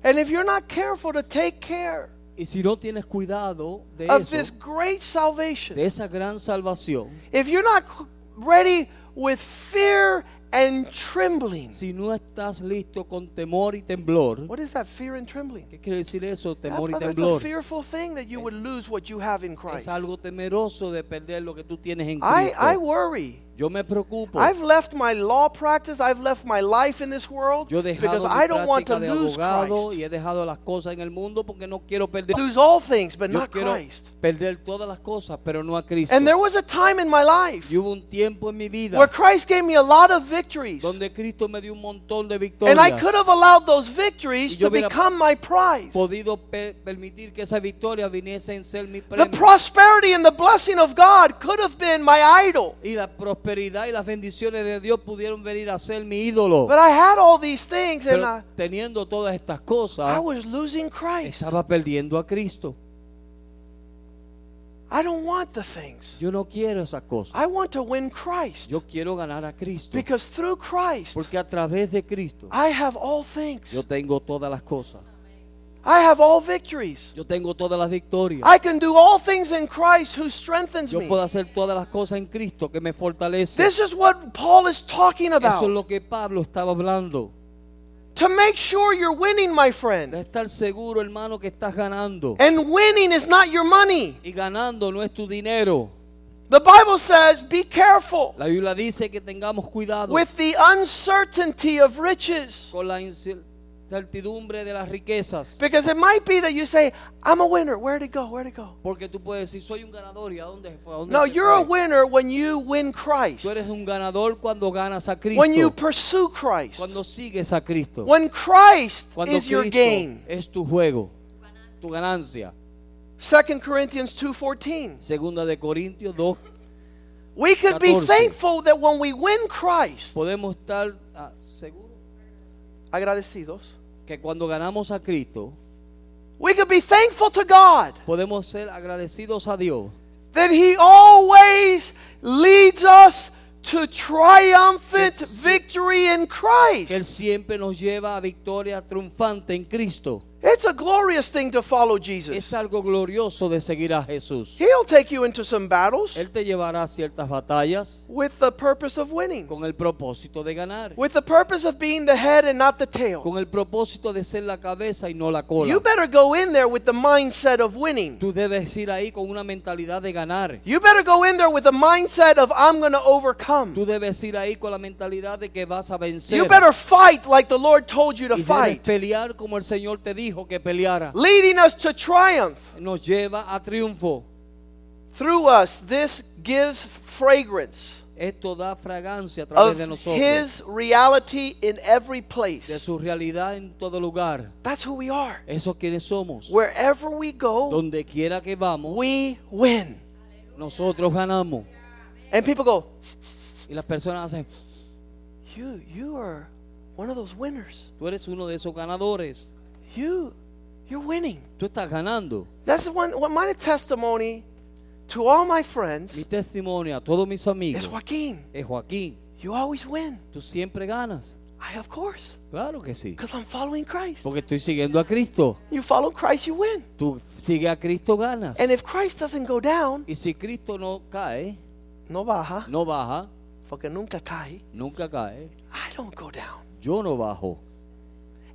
Speaker 1: And if you're not careful to take care
Speaker 2: Y si no tienes cuidado de
Speaker 1: of this
Speaker 2: eso,
Speaker 1: great
Speaker 2: de
Speaker 1: salvation,
Speaker 2: esa gran salvación,
Speaker 1: if you're not c- ready with fear and trembling.
Speaker 2: Si no estás listo con temor y temblor,
Speaker 1: What is that fear and trembling?
Speaker 2: ¿qué quiere decir eso?
Speaker 1: That,
Speaker 2: Temor y
Speaker 1: brother, it's a
Speaker 2: temblor.
Speaker 1: fearful thing that you would lose what you have in Christ.
Speaker 2: Es algo temeroso de perder lo que tú tienes en
Speaker 1: I, I
Speaker 2: Cristo.
Speaker 1: worry.
Speaker 2: Yo me preocupo.
Speaker 1: I've left my law practice. I've left my life in this world
Speaker 2: Yo he
Speaker 1: because
Speaker 2: dejado
Speaker 1: I
Speaker 2: mi
Speaker 1: don't want to
Speaker 2: práctica de
Speaker 1: lose
Speaker 2: abogado
Speaker 1: Christ.
Speaker 2: y he dejado las cosas en el mundo porque no quiero perder.
Speaker 1: Lose all things, but
Speaker 2: Yo
Speaker 1: not
Speaker 2: quiero
Speaker 1: Christ.
Speaker 2: perder todas las cosas, pero no a Cristo.
Speaker 1: And there was a time in my life
Speaker 2: Y hubo un tiempo en mi vida
Speaker 1: where Christ gave me a lot of victories.
Speaker 2: donde Cristo me dio un montón de victorias.
Speaker 1: And I could have allowed those victories
Speaker 2: Y yo
Speaker 1: to
Speaker 2: hubiera
Speaker 1: become my prize.
Speaker 2: podido pe- permitir que esa victoria viniese en ser mi
Speaker 1: The
Speaker 2: premio.
Speaker 1: prosperity and the blessing of God could have been my idol.
Speaker 2: y la prosperidad y las bendiciones de Dios pudieron venir a ser mi ídolo.
Speaker 1: But I had all these things and
Speaker 2: Pero
Speaker 1: I,
Speaker 2: teniendo todas estas
Speaker 1: I
Speaker 2: cosas,
Speaker 1: was losing Christ.
Speaker 2: estaba perdiendo a Cristo.
Speaker 1: I don't want the things.
Speaker 2: Yo no quiero esas cosas.
Speaker 1: I want to win Christ.
Speaker 2: Yo quiero ganar a Cristo.
Speaker 1: Because through Christ,
Speaker 2: Porque a través de Cristo
Speaker 1: I have all things.
Speaker 2: yo tengo todas las cosas.
Speaker 1: I have all victories.
Speaker 2: Yo tengo todas las victorias.
Speaker 1: I can do all things in Christ who strengthens
Speaker 2: Yo
Speaker 1: me.
Speaker 2: puedo hacer todas las cosas en Cristo que me fortalece.
Speaker 1: This is what Paul is talking
Speaker 2: Eso es
Speaker 1: about.
Speaker 2: lo que Pablo estaba hablando.
Speaker 1: To make sure you're winning, my friend.
Speaker 2: De estar seguro, hermano, que estás ganando.
Speaker 1: And winning is not your money.
Speaker 2: Y ganando no es tu dinero.
Speaker 1: The Bible says, be careful
Speaker 2: La Biblia dice que tengamos cuidado
Speaker 1: with the uncertainty of riches.
Speaker 2: con la incertidumbre de las riquezas.
Speaker 1: Because it might be that you say, I'm a winner. Where'd it go? Where'd it go?
Speaker 2: Porque tú puedes decir, soy un ganador. ¿Y a dónde fue? ¿A dónde
Speaker 1: No,
Speaker 2: se
Speaker 1: you're a
Speaker 2: fue?
Speaker 1: winner when you win Christ,
Speaker 2: Tú eres un ganador cuando ganas a Cristo.
Speaker 1: when you pursue Christ,
Speaker 2: Cuando sigues a Cristo.
Speaker 1: when Christ
Speaker 2: Cuando
Speaker 1: is your
Speaker 2: Cristo
Speaker 1: gain.
Speaker 2: es tu juego, tu ganancia.
Speaker 1: 2 Corinthians 2:14.
Speaker 2: Segunda de Corintios 2.
Speaker 1: We could be
Speaker 2: 14.
Speaker 1: thankful that when we win Christ,
Speaker 2: Podemos estar ah, seguros
Speaker 1: agradecidos.
Speaker 2: que cuando ganamos a Cristo,
Speaker 1: We could be thankful to God
Speaker 2: podemos ser agradecidos a Dios.
Speaker 1: that he always leads us to triumphant
Speaker 2: Que sí.
Speaker 1: victory in
Speaker 2: Que Él
Speaker 1: Christ.
Speaker 2: siempre nos lleva a victoria triunfante en Cristo.
Speaker 1: It's a glorious thing to follow Jesus.
Speaker 2: Es algo glorioso de seguir a Jesús.
Speaker 1: He'll take you into some battles
Speaker 2: Él te llevará a ciertas batallas
Speaker 1: with the purpose of winning,
Speaker 2: con el propósito de ganar.
Speaker 1: with the purpose of being the head and not the tail.
Speaker 2: Con el propósito de ser la cabeza y no la cola.
Speaker 1: You better go in there with the mindset of winning.
Speaker 2: Tú debes ir ahí con una mentalidad de ganar.
Speaker 1: You better go in there with the mindset of I'm going to overcome.
Speaker 2: Tú debes ir ahí con la mentalidad de que vas a vencer.
Speaker 1: You better fight like the Lord told you to
Speaker 2: y debes
Speaker 1: fight,
Speaker 2: pelear como el Señor te dijo que peleara.
Speaker 1: leading us to triumph.
Speaker 2: Nos lleva a triunfo.
Speaker 1: Through us, this gives fragrance
Speaker 2: Esto da fragancia a través
Speaker 1: of
Speaker 2: de nosotros.
Speaker 1: His reality in every
Speaker 2: de
Speaker 1: place.
Speaker 2: su realidad en todo lugar.
Speaker 1: That's who we are.
Speaker 2: Eso quienes somos.
Speaker 1: Wherever we go,
Speaker 2: Donde quiera que vamos,
Speaker 1: we win.
Speaker 2: nosotros ganamos.
Speaker 1: And people go,
Speaker 2: Y las personas hacen,
Speaker 1: "You, you are one of those winners.
Speaker 2: tú eres uno de esos ganadores.
Speaker 1: You, you're winning."
Speaker 2: Tú estás ganando.
Speaker 1: That's one. What my testimony to all my friends
Speaker 2: Mi testimonio a todos mis amigos
Speaker 1: is Joaquin.
Speaker 2: es Joaquín.
Speaker 1: You always win.
Speaker 2: Tú siempre ganas.
Speaker 1: I, of course,
Speaker 2: Claro que sí.
Speaker 1: because I'm following Christ.
Speaker 2: Porque estoy siguiendo a Cristo.
Speaker 1: You follow Christ, you win.
Speaker 2: Tú sigues a Cristo, ganas.
Speaker 1: And if Christ doesn't go down,
Speaker 2: Y si Cristo no cae,
Speaker 1: no baja,
Speaker 2: no baja,
Speaker 1: porque nunca cae.
Speaker 2: nunca cae,
Speaker 1: I don't go down.
Speaker 2: yo no bajo.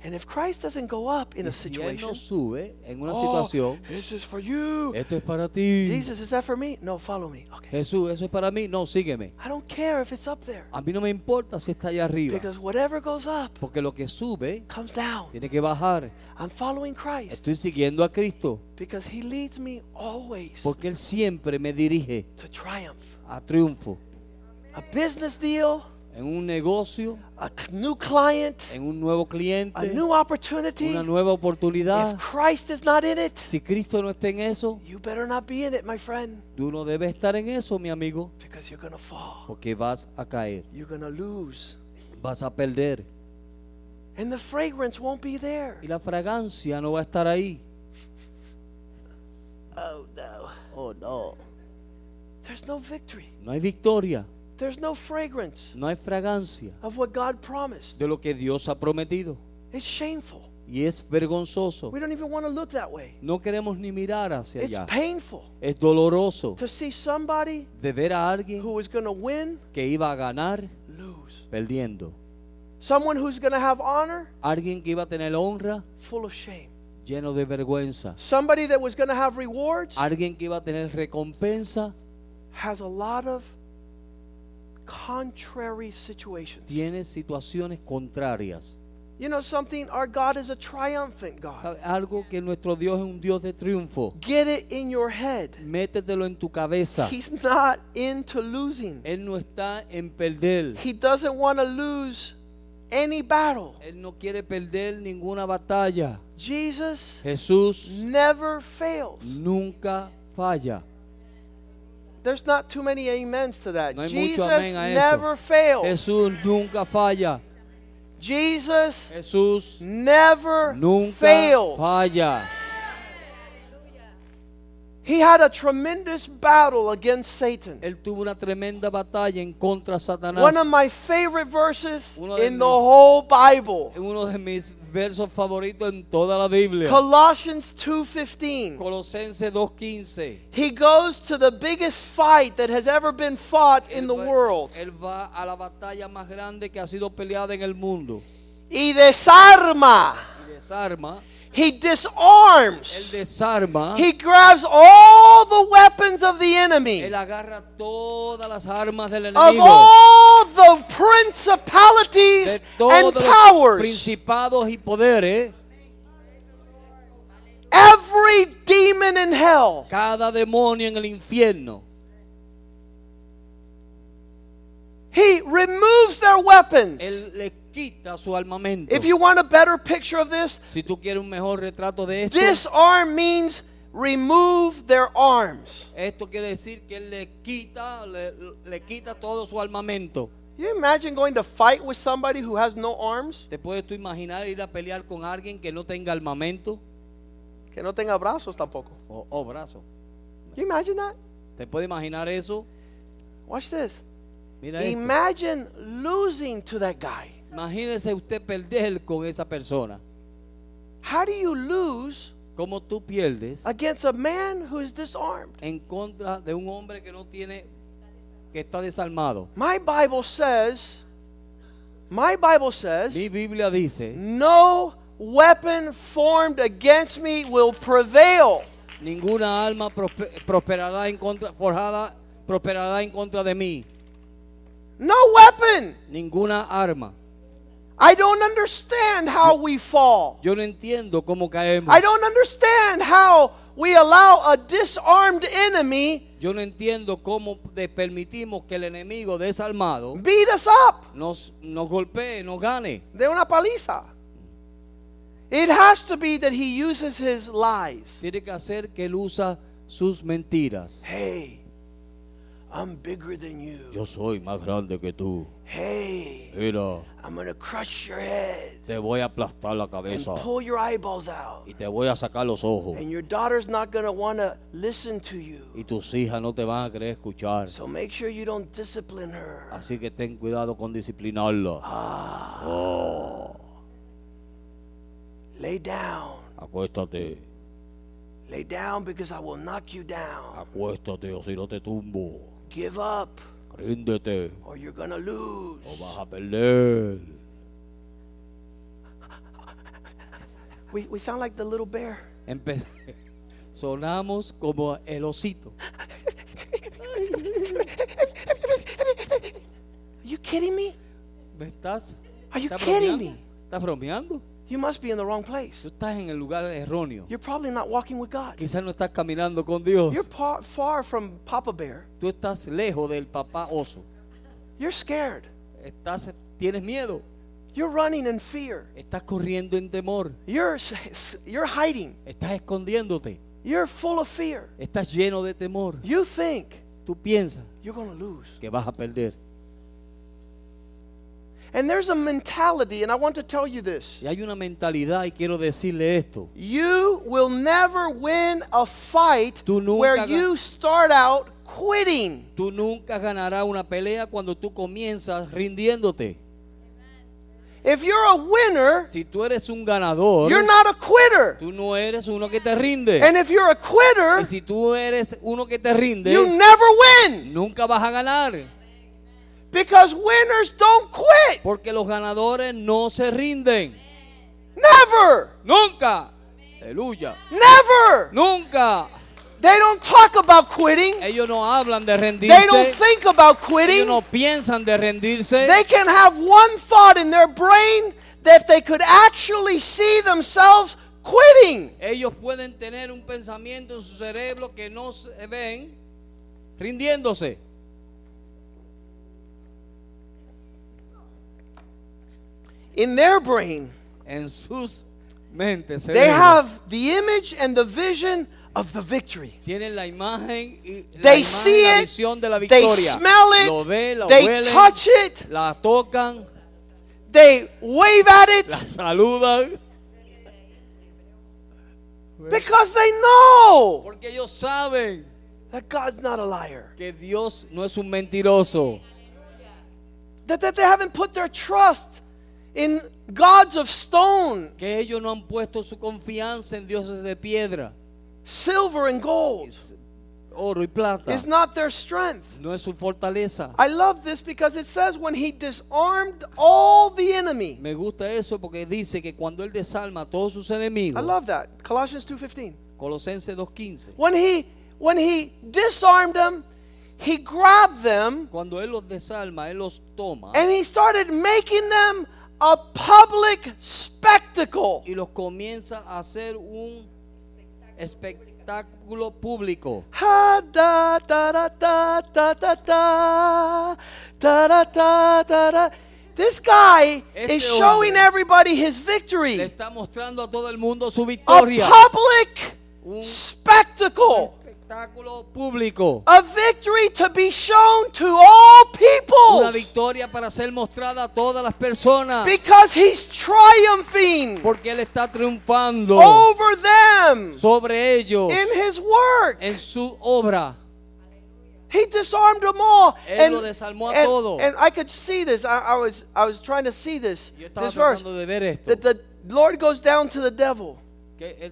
Speaker 1: And if Christ doesn't go up in
Speaker 2: Y
Speaker 1: a
Speaker 2: si Él
Speaker 1: situation,
Speaker 2: no sube en una
Speaker 1: "Oh,
Speaker 2: situación,
Speaker 1: this is for you.
Speaker 2: esto es para ti.
Speaker 1: Jesus, is that for me? No, follow me. Okay.
Speaker 2: Jesús, eso es para mí. No, sígueme.
Speaker 1: I don't care if it's up there.
Speaker 2: A mí no me importa si está allá arriba.
Speaker 1: Because whatever goes up
Speaker 2: Porque lo que sube
Speaker 1: comes down.
Speaker 2: tiene que bajar.
Speaker 1: I'm following Christ
Speaker 2: Estoy siguiendo a Cristo.
Speaker 1: because he leads me always
Speaker 2: Porque Él siempre me dirige
Speaker 1: to triumph.
Speaker 2: a triunfo.
Speaker 1: A business deal,
Speaker 2: En un negocio,
Speaker 1: a c- new client,
Speaker 2: en un nuevo
Speaker 1: a
Speaker 2: cliente,
Speaker 1: new opportunity.
Speaker 2: una nueva
Speaker 1: If
Speaker 2: oportunidad.
Speaker 1: Christ is not in it,
Speaker 2: Si Cristo no está en eso,
Speaker 1: you better not be in it, my friend,
Speaker 2: tú no debes estar en eso, mi amigo.
Speaker 1: because you're going to fall.
Speaker 2: Porque vas a caer.
Speaker 1: You're going to lose.
Speaker 2: Vas a perder.
Speaker 1: And the fragrance won't be there.
Speaker 2: Y la fragancia no va a estar ahí.
Speaker 1: Oh no.
Speaker 2: Oh, no.
Speaker 1: There's no victory.
Speaker 2: No hay victoria.
Speaker 1: There's no fragrance
Speaker 2: No hay fragancia
Speaker 1: of what God promised.
Speaker 2: de lo que Dios ha prometido.
Speaker 1: It's shameful.
Speaker 2: y es vergonzoso.
Speaker 1: We don't even want to look that way.
Speaker 2: No queremos ni mirar hacia
Speaker 1: It's
Speaker 2: allá.
Speaker 1: painful
Speaker 2: Es doloroso
Speaker 1: to see somebody
Speaker 2: de ver a alguien
Speaker 1: who is going to win
Speaker 2: que iba a ganar
Speaker 1: lose.
Speaker 2: perdiendo.
Speaker 1: Someone who's going to have honor
Speaker 2: Alguien que iba a tener honra
Speaker 1: full of shame.
Speaker 2: lleno de vergüenza.
Speaker 1: Somebody that was going to have rewards
Speaker 2: Alguien que iba a tener recompensa
Speaker 1: has a lot of contrary situations.
Speaker 2: tiene situaciones contrarias.
Speaker 1: You know something? Our God is a triumphant God.
Speaker 2: ¿Sabe? Algo que nuestro Dios es un Dios de triunfo.
Speaker 1: Get it in your head.
Speaker 2: Métetelo en tu cabeza.
Speaker 1: He's not into losing.
Speaker 2: Él no está en perder.
Speaker 1: He doesn't want to lose any battle.
Speaker 2: Él no quiere perder ninguna batalla.
Speaker 1: Jesus
Speaker 2: Jesús
Speaker 1: never fails.
Speaker 2: nunca falla.
Speaker 1: There's not too many amens to that.
Speaker 2: No hay mucho
Speaker 1: Jesus
Speaker 2: amén a eso.
Speaker 1: never fails.
Speaker 2: Jesús nunca falla.
Speaker 1: Jesus
Speaker 2: Jesús
Speaker 1: never
Speaker 2: nunca
Speaker 1: fails.
Speaker 2: falla.
Speaker 1: He had a tremendous battle against Satan.
Speaker 2: Él tuvo una tremenda batalla en contra de Satanás.
Speaker 1: One of my favorite verses
Speaker 2: Uno de
Speaker 1: in
Speaker 2: mis-
Speaker 1: the whole Bible.
Speaker 2: Uno de mis versos favoritos en toda la Biblia.
Speaker 1: Colossians 2:15.
Speaker 2: Colosenses 2.15.
Speaker 1: He goes to the biggest fight that has ever been fought in
Speaker 2: Él
Speaker 1: the
Speaker 2: va-
Speaker 1: world.
Speaker 2: Él va a la batalla más grande que ha sido peleada en el mundo.
Speaker 1: Y desarma.
Speaker 2: Y desarma.
Speaker 1: He
Speaker 2: Él
Speaker 1: disarms.
Speaker 2: desarma.
Speaker 1: He grabs all the weapons of the enemy.
Speaker 2: Él agarra todas las armas del
Speaker 1: Of
Speaker 2: enemigo.
Speaker 1: all the
Speaker 2: de
Speaker 1: principalities and
Speaker 2: todos los
Speaker 1: powers.
Speaker 2: principados y poderes.
Speaker 1: Every demon in hell.
Speaker 2: Cada demonio en el infierno.
Speaker 1: He removes their weapons.
Speaker 2: Él le quita su armamento.
Speaker 1: If you want a better picture of this,
Speaker 2: si tú quieres un mejor retrato de esto,
Speaker 1: disarm means remove their arms.
Speaker 2: esto quiere decir que él le quita, le, le quita todo su armamento.
Speaker 1: You imagine going to fight with somebody who has no arms?
Speaker 2: ¿Te puedes tú imaginar ir a pelear con alguien que no tenga armamento
Speaker 1: Que no tenga brazos tampoco.
Speaker 2: o, o brazo?
Speaker 1: You imagine that?
Speaker 2: ¿Te puedes imaginar eso?
Speaker 1: Watch this.
Speaker 2: Mira esto.
Speaker 1: Imagine losing to that guy.
Speaker 2: Imagínese usted perder con esa persona.
Speaker 1: How do you lose
Speaker 2: ¿Cómo tú pierdes
Speaker 1: against a man who is disarmed?
Speaker 2: en contra de un hombre que no tiene, que está desarmado?
Speaker 1: My Bible says, my Bible
Speaker 2: Mi
Speaker 1: says,
Speaker 2: Biblia dice,
Speaker 1: no weapon formed against me will prevail.
Speaker 2: ninguna alma prospe- prosperará en contra, forjada prosperará en contra de mí.
Speaker 1: No weapon.
Speaker 2: Ninguna arma.
Speaker 1: I don't understand how we fall.
Speaker 2: Yo no entiendo cómo caemos.
Speaker 1: I don't understand how we allow a disarmed enemy
Speaker 2: Yo no entiendo cómo de- permitimos que el enemigo desarmado
Speaker 1: beat us up.
Speaker 2: nos, nos golpee, nos gane.
Speaker 1: De una paliza. It has to be that he uses his lies.
Speaker 2: Tiene que hacer que él usa sus mentiras.
Speaker 1: Hey, I'm bigger than you.
Speaker 2: Yo soy más grande que tú.
Speaker 1: Hey,
Speaker 2: Mira,
Speaker 1: I'm going to crush your head
Speaker 2: te voy a aplastar la
Speaker 1: and
Speaker 2: cabeza
Speaker 1: pull your eyeballs out.
Speaker 2: y te voy a sacar los ojos.
Speaker 1: And your daughter's not going to want to listen to you.
Speaker 2: Y tus hijas no te van a querer escuchar.
Speaker 1: So make sure you don't discipline her. Ah.
Speaker 2: Así que ten cuidado con disciplinarla.
Speaker 1: Lay down.
Speaker 2: Acuéstate,
Speaker 1: Lay down because I will knock you down.
Speaker 2: acuéstate o si no te tumbo.
Speaker 1: Give up
Speaker 2: Ríndete
Speaker 1: or you're going to
Speaker 2: o
Speaker 1: lose.
Speaker 2: vas a perder.
Speaker 1: We, we sound like the little bear.
Speaker 2: Empe- Sonamos como el osito.
Speaker 1: Are you kidding me?
Speaker 2: ¿Me estás?
Speaker 1: Are you
Speaker 2: ¿Estás
Speaker 1: kidding
Speaker 2: bromeando? ¿Estás bromeando?
Speaker 1: You must be in the wrong place.
Speaker 2: Tú estás en el lugar erróneo.
Speaker 1: You're probably not walking with God.
Speaker 2: Quizás no estás caminando con Dios.
Speaker 1: You're par, far from Papa Bear.
Speaker 2: Tú estás lejos del papá oso.
Speaker 1: You're scared.
Speaker 2: Estás, tienes miedo.
Speaker 1: You're running in fear.
Speaker 2: Estás corriendo en temor.
Speaker 1: You're s- s- you're hiding.
Speaker 2: Estás escondiéndote.
Speaker 1: You're full of fear.
Speaker 2: Estás lleno de temor.
Speaker 1: You think
Speaker 2: Tú piensas
Speaker 1: you're going to lose.
Speaker 2: que vas a perder.
Speaker 1: And there's a mentality and I want to tell you this.
Speaker 2: Y hay una mentalidad y quiero decirle esto.
Speaker 1: You will never win a fight
Speaker 2: Tú nunca
Speaker 1: where
Speaker 2: gan-
Speaker 1: you start out quitting.
Speaker 2: Tú nunca ganarás una pelea cuando tú comienzas rindiéndote.
Speaker 1: If you're a winner,
Speaker 2: Si tú eres un ganador,
Speaker 1: you're not a quitter.
Speaker 2: tú no eres uno que te rinde.
Speaker 1: And if you're a quitter,
Speaker 2: Y si tú eres uno que te rinde,
Speaker 1: you never win
Speaker 2: nunca vas a ganar.
Speaker 1: because winners don't quit.
Speaker 2: Porque los ganadores no se rinden.
Speaker 1: Never.
Speaker 2: Nunca. Aleluya.
Speaker 1: Never.
Speaker 2: Nunca.
Speaker 1: They don't talk about quitting.
Speaker 2: Ellos no hablan de rendirse.
Speaker 1: They don't think about
Speaker 2: Ellos
Speaker 1: quitting.
Speaker 2: no piensan de rendirse.
Speaker 1: They can have one thought in their brain that they could actually see themselves quitting.
Speaker 2: Ellos pueden tener un pensamiento en su cerebro que no se ven rindiéndose.
Speaker 1: In their brain,
Speaker 2: En sus mentes.
Speaker 1: they
Speaker 2: cerebro,
Speaker 1: have the image and the vision of the victory.
Speaker 2: Tienen la imagen y la,
Speaker 1: They
Speaker 2: imagen,
Speaker 1: see
Speaker 2: la
Speaker 1: it,
Speaker 2: visión de la
Speaker 1: they
Speaker 2: victoria.
Speaker 1: smell it,
Speaker 2: lo ve, la
Speaker 1: they
Speaker 2: huelen,
Speaker 1: touch it.
Speaker 2: la tocan,
Speaker 1: They wave at it
Speaker 2: la saludan.
Speaker 1: because they know
Speaker 2: Porque ellos saben
Speaker 1: that God's not a liar.
Speaker 2: que Dios no es un mentiroso.
Speaker 1: That, that they haven't put their trust in gods of stone,
Speaker 2: Que ellos no han puesto su confianza en dioses de piedra,
Speaker 1: silver and gold.
Speaker 2: oro y plata.
Speaker 1: Is not their strength.
Speaker 2: No es su fortaleza.
Speaker 1: I love this because it says when he disarmed all the enemy.
Speaker 2: Me gusta eso porque dice que cuando él desarma a todos sus
Speaker 1: I
Speaker 2: enemigos,
Speaker 1: love that. Colossians 2:15.
Speaker 2: Colosenses 2.15,
Speaker 1: When he when he disarmed them, he grabbed them
Speaker 2: cuando él los desarma, él los toma
Speaker 1: and he started making them a public spectacle.
Speaker 2: y los comienza a hacer un espectáculo público.
Speaker 1: Ha da da da da da da da da da da da da. This guy
Speaker 2: Este
Speaker 1: is showing
Speaker 2: hombre
Speaker 1: everybody his
Speaker 2: Le
Speaker 1: victory.
Speaker 2: está mostrando a todo el mundo su
Speaker 1: A
Speaker 2: victoria.
Speaker 1: public
Speaker 2: Un-
Speaker 1: spectacle.
Speaker 2: espectáculo público.
Speaker 1: A victory to be shown to all
Speaker 2: Una
Speaker 1: peoples.
Speaker 2: victoria para ser mostrada a todas las personas.
Speaker 1: Because he's triumphing
Speaker 2: Porque Él está triunfando
Speaker 1: over them
Speaker 2: sobre
Speaker 1: Oh.
Speaker 2: ellos
Speaker 1: in his work.
Speaker 2: en su obra.
Speaker 1: He disarmed them all.
Speaker 2: Él
Speaker 1: and,
Speaker 2: lo desarmó a
Speaker 1: and-
Speaker 2: todo.
Speaker 1: and I could see this. I, I was I was trying to see this.
Speaker 2: Yo estaba
Speaker 1: This verse.
Speaker 2: tratando de ver esto.
Speaker 1: That the Lord goes down to the devil.
Speaker 2: que el,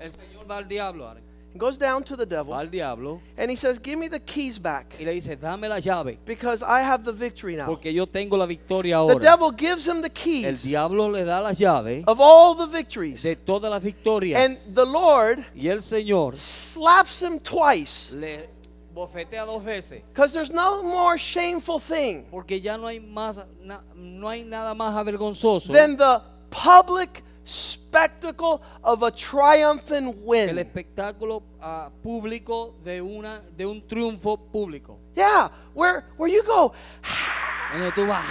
Speaker 2: el Señor va al diablo, Ari.
Speaker 1: He goes down to the
Speaker 2: va
Speaker 1: devil
Speaker 2: al diablo
Speaker 1: and he says, Give me the keys back.
Speaker 2: y le dice, dame la llave,
Speaker 1: Because I have the victory now.
Speaker 2: porque yo tengo la victoria
Speaker 1: The
Speaker 2: ahora.
Speaker 1: devil gives him the
Speaker 2: El
Speaker 1: keys
Speaker 2: diablo le da la llave
Speaker 1: of all the victories.
Speaker 2: de todas las victorias.
Speaker 1: And the Lord
Speaker 2: y el Señor
Speaker 1: slaps him twice
Speaker 2: le bofetea dos veces.
Speaker 1: because there's no more shameful thing
Speaker 2: Porque ya no hay más, na- no hay nada más avergonzoso
Speaker 1: than the public spectacle of a triumphant
Speaker 2: que el
Speaker 1: win.
Speaker 2: espectáculo ah, público de una de un triunfo público.
Speaker 1: Yeah, where where you go,
Speaker 2: Donde tú vas,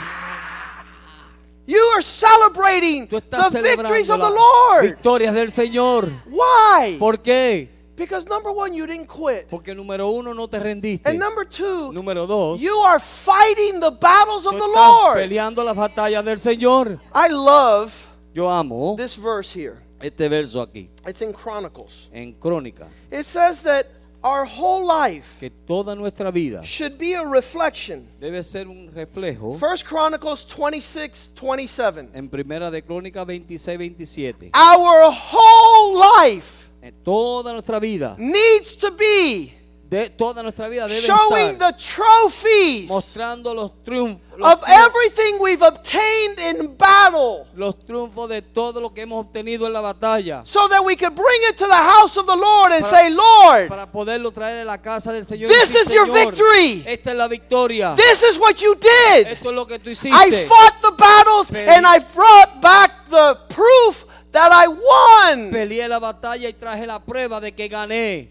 Speaker 1: you are celebrating
Speaker 2: tú estás
Speaker 1: the victories
Speaker 2: celebrando
Speaker 1: of the
Speaker 2: las
Speaker 1: Lord.
Speaker 2: victorias del Señor.
Speaker 1: Why?
Speaker 2: ¿Por qué?
Speaker 1: Because number one, you didn't quit,
Speaker 2: Porque número uno no te rendiste.
Speaker 1: and number two,
Speaker 2: número dos,
Speaker 1: you are fighting the battles
Speaker 2: tú
Speaker 1: of the
Speaker 2: estás
Speaker 1: Lord.
Speaker 2: peleando las batallas del Señor.
Speaker 1: I love
Speaker 2: Yo amo
Speaker 1: this verse here.
Speaker 2: este verso aquí
Speaker 1: It's in Chronicles.
Speaker 2: en Crónica,
Speaker 1: It says that our whole life
Speaker 2: que toda nuestra vida
Speaker 1: should be a reflection
Speaker 2: debe ser un reflejo.
Speaker 1: First Chronicles 26, 27.
Speaker 2: en Primera de Crónica 26, 27.
Speaker 1: Our whole life
Speaker 2: En toda nuestra vida,
Speaker 1: needs to be
Speaker 2: de toda nuestra vida debe
Speaker 1: showing
Speaker 2: estar
Speaker 1: the trophies
Speaker 2: mostrando los triunfos, los,
Speaker 1: of
Speaker 2: triun-
Speaker 1: everything we've obtained in battle
Speaker 2: los triunfos de todo lo que hemos obtenido en la batalla
Speaker 1: so that we can bring it to the house of the Lord and say, Lord,
Speaker 2: para poderlo traer a la casa del Señor. y
Speaker 1: This
Speaker 2: decir,
Speaker 1: is your
Speaker 2: "Señor,
Speaker 1: victory.
Speaker 2: Esta es la victoria.
Speaker 1: this is what you did.
Speaker 2: Esto es lo que tú hiciste.
Speaker 1: I fought the battles
Speaker 2: Pele-
Speaker 1: and I brought back the proof that I won.
Speaker 2: Peleé la batalla y traje la prueba de que gané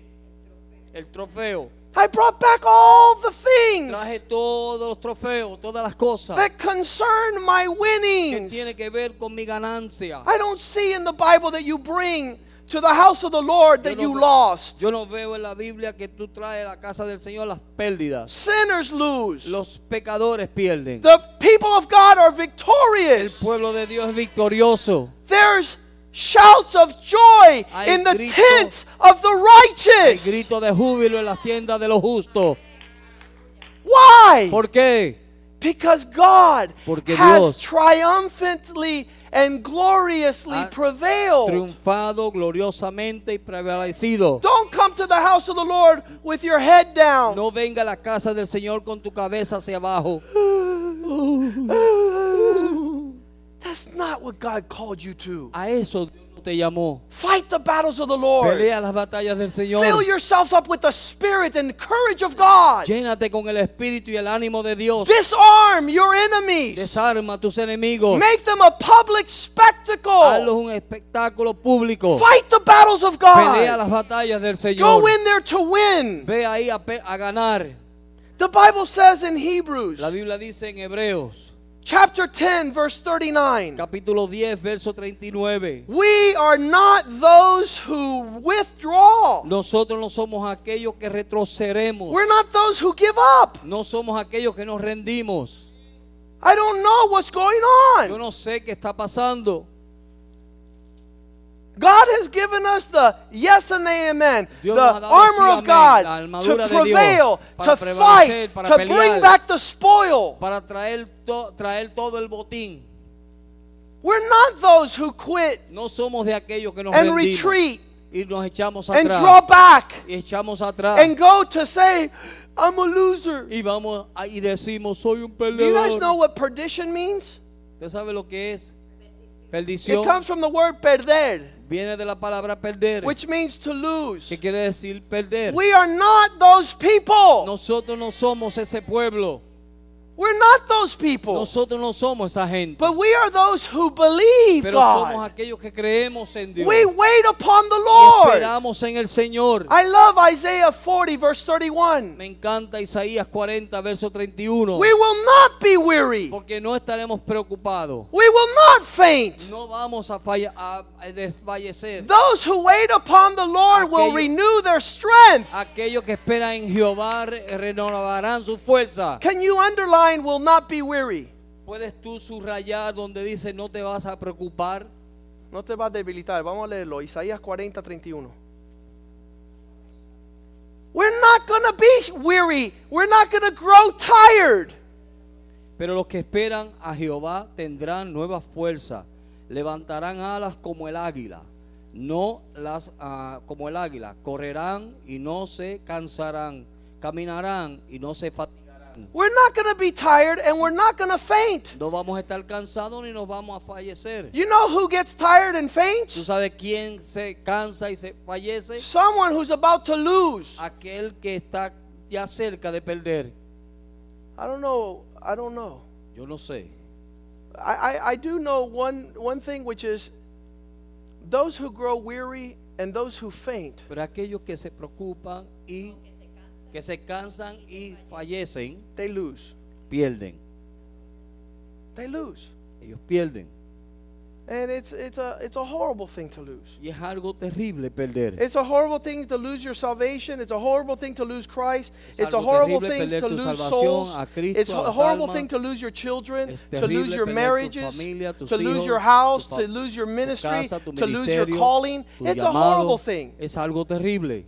Speaker 2: el trofeo.
Speaker 1: I brought back all the things
Speaker 2: Traje todos los trofeos, todas las cosas
Speaker 1: that concern my
Speaker 2: que
Speaker 1: winnings.
Speaker 2: tiene que ver con mi ganancia.
Speaker 1: I don't see in the Bible that you bring to the house of the Lord
Speaker 2: Yo
Speaker 1: that
Speaker 2: no
Speaker 1: you
Speaker 2: veo-
Speaker 1: lost.
Speaker 2: Yo no veo en la Biblia que tú traes a la casa del Señor las pérdidas.
Speaker 1: Sinners lose.
Speaker 2: Los pecadores pierden.
Speaker 1: The people of God are
Speaker 2: El
Speaker 1: victorious.
Speaker 2: pueblo de Dios es victorioso.
Speaker 1: There's shouts of joy
Speaker 2: Hay
Speaker 1: in the
Speaker 2: grito-
Speaker 1: tents of the
Speaker 2: El
Speaker 1: righteous.
Speaker 2: grito de júbilo en las tiendas de los justos.
Speaker 1: Why?
Speaker 2: ¿Por qué?
Speaker 1: Because God
Speaker 2: Porque
Speaker 1: has
Speaker 2: Dios-
Speaker 1: triumphantly and gloriously
Speaker 2: Ha
Speaker 1: prevailed.
Speaker 2: triunfado gloriosamente y prevalecido.
Speaker 1: Don't come to the house of the Lord with your head down.
Speaker 2: No venga a la casa del Señor con tu cabeza hacia abajo.
Speaker 1: That's not what God called you to.
Speaker 2: A eso Dios no te llamó.
Speaker 1: Fight the battles of the Lord.
Speaker 2: Pelea las batallas del Señor.
Speaker 1: Fill yourselves up with the spirit and courage of God.
Speaker 2: Llénate con el espíritu y el ánimo de Dios.
Speaker 1: Disarm your enemies.
Speaker 2: Desarma a tus enemigos.
Speaker 1: Make them a public
Speaker 2: Hazlos
Speaker 1: spectacle.
Speaker 2: un espectáculo público.
Speaker 1: Fight the battles of
Speaker 2: Pelea
Speaker 1: God.
Speaker 2: las batallas del Señor.
Speaker 1: Go in there to win.
Speaker 2: Ve ahí a, pe- a ganar.
Speaker 1: The Bible says in Hebrews
Speaker 2: La Biblia dice en Hebreos,
Speaker 1: chapter 10 verse 39,
Speaker 2: capítulo 10, verso 39.
Speaker 1: we are not those who withdraw.
Speaker 2: Nosotros no somos aquellos que retrocederemos.
Speaker 1: We're not those who give up.
Speaker 2: No somos aquellos que nos rendimos.
Speaker 1: I don't know what's going
Speaker 2: Yo
Speaker 1: on.
Speaker 2: no sé qué está pasando.
Speaker 1: God has given us the yes and the amen,
Speaker 2: Dios
Speaker 1: the
Speaker 2: nos ha dado el sí,
Speaker 1: armor of
Speaker 2: amén, la
Speaker 1: God
Speaker 2: armadura
Speaker 1: to
Speaker 2: de Dios,
Speaker 1: prevail,
Speaker 2: para
Speaker 1: to
Speaker 2: prevalecer,
Speaker 1: fight,
Speaker 2: para
Speaker 1: to
Speaker 2: pelear.
Speaker 1: bring back the spoil.
Speaker 2: Para traer, to- traer todo el botín.
Speaker 1: We're not those who quit
Speaker 2: No somos de aquellos que nos
Speaker 1: and
Speaker 2: rendimos.
Speaker 1: retreat
Speaker 2: Y nos echamos
Speaker 1: and
Speaker 2: atrás.
Speaker 1: draw back
Speaker 2: y echamos atrás.
Speaker 1: and go to say, I'm a loser.
Speaker 2: y vamos a- y decimos, soy un
Speaker 1: Do you guys
Speaker 2: perdedor.
Speaker 1: know what perdition means?
Speaker 2: ¿Usted sabe lo que es?
Speaker 1: It
Speaker 2: Perdición.
Speaker 1: comes from the word perder,
Speaker 2: Viene de la palabra perder.
Speaker 1: which means to lose.
Speaker 2: ¿Qué quiere decir perder?
Speaker 1: We are not those people.
Speaker 2: Nosotros no somos ese pueblo.
Speaker 1: We're not those people.
Speaker 2: Nosotros no somos esa gente.
Speaker 1: But we are those who believe
Speaker 2: Pero somos
Speaker 1: God.
Speaker 2: aquellos que creemos en Dios.
Speaker 1: We wait upon the
Speaker 2: y
Speaker 1: Lord.
Speaker 2: esperamos en el Señor.
Speaker 1: I love Isaiah 40, verse 31.
Speaker 2: Me encanta Isaías 40, verso 31.
Speaker 1: We will not be weary.
Speaker 2: Porque no estaremos preocupados.
Speaker 1: We will not faint.
Speaker 2: No vamos a, falla- a- a desfallecer.
Speaker 1: Those who wait upon the Lord will
Speaker 2: Aquello-
Speaker 1: renew their strength.
Speaker 2: Aquellos que esperan en Jehová re- renovarán su fuerza.
Speaker 1: Can you underline will not be weary?
Speaker 2: ¿Puedes tú subrayar donde dice no te vas a preocupar?
Speaker 1: No te vas a debilitar. Vamos a leerlo. Isaías 40, 31. We're not going to be weary. We're not going to grow tired.
Speaker 2: Pero los que esperan a Jehová tendrán nueva fuerza, levantarán alas como el águila, no las ah, como el águila, correrán y no se cansarán, caminarán y no se fatigarán.
Speaker 1: We're not going to be tired and we're not going to faint.
Speaker 2: No vamos a estar cansados ni nos vamos a fallecer.
Speaker 1: You know who gets tired and
Speaker 2: ¿Tú
Speaker 1: faints?
Speaker 2: sabes quién se cansa y se fallece?
Speaker 1: Someone who's about to lose.
Speaker 2: Aquel que está ya cerca de perder.
Speaker 1: I don't know. I don't know.
Speaker 2: Yo no sé.
Speaker 1: I, I, I do know one, one thing, which is those who grow weary and those who faint.
Speaker 2: Pero aquellos que se preocupan y que se cansan y fallecen,
Speaker 1: They lose.
Speaker 2: pierden.
Speaker 1: They lose.
Speaker 2: Ellos pierden.
Speaker 1: And it's, it's, a, it's a horrible thing to lose.
Speaker 2: Y es algo terrible perder.
Speaker 1: It's a horrible thing to lose your salvation. It's a horrible thing to lose Christ.
Speaker 2: Es
Speaker 1: It's a
Speaker 2: algo
Speaker 1: horrible
Speaker 2: terrible
Speaker 1: thing
Speaker 2: perder
Speaker 1: to
Speaker 2: tu
Speaker 1: lose
Speaker 2: salvación,
Speaker 1: souls.
Speaker 2: a Cristo,
Speaker 1: It's a
Speaker 2: las
Speaker 1: horrible
Speaker 2: almas.
Speaker 1: thing to lose your children,
Speaker 2: Es
Speaker 1: to lose
Speaker 2: terrible
Speaker 1: your
Speaker 2: perder tu
Speaker 1: marriages,
Speaker 2: familia, tus
Speaker 1: to lose
Speaker 2: hijos,
Speaker 1: your house,
Speaker 2: tu
Speaker 1: to
Speaker 2: fa-
Speaker 1: lose your
Speaker 2: tu
Speaker 1: ministry,
Speaker 2: casa, tu
Speaker 1: to lose your
Speaker 2: ministerio,
Speaker 1: calling.
Speaker 2: tu
Speaker 1: It's a
Speaker 2: llamado.
Speaker 1: horrible thing.
Speaker 2: Es algo terrible.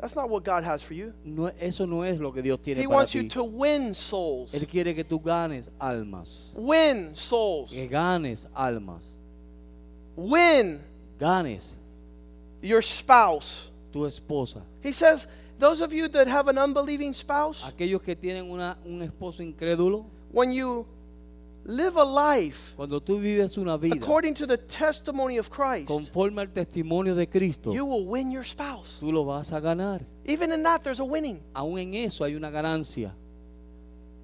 Speaker 1: That's not what God has for you.
Speaker 2: No, eso no es lo que Dios tiene
Speaker 1: He
Speaker 2: para
Speaker 1: wants you
Speaker 2: ti.
Speaker 1: to win souls.
Speaker 2: Él quiere que tú ganes almas.
Speaker 1: Win souls.
Speaker 2: Que ganes almas.
Speaker 1: Win
Speaker 2: Ganes
Speaker 1: your spouse.
Speaker 2: tu esposa.
Speaker 1: He says, those of you that have an unbelieving spouse,
Speaker 2: Aquellos que tienen una- un esposo incrédulo,
Speaker 1: when you live a life
Speaker 2: cuando tú vives una vida
Speaker 1: according to the testimony of Christ,
Speaker 2: conforme al testimonio de Cristo,
Speaker 1: you will win your spouse.
Speaker 2: tú lo vas a ganar.
Speaker 1: Even in that, there's a winning.
Speaker 2: Aún en eso hay una ganancia.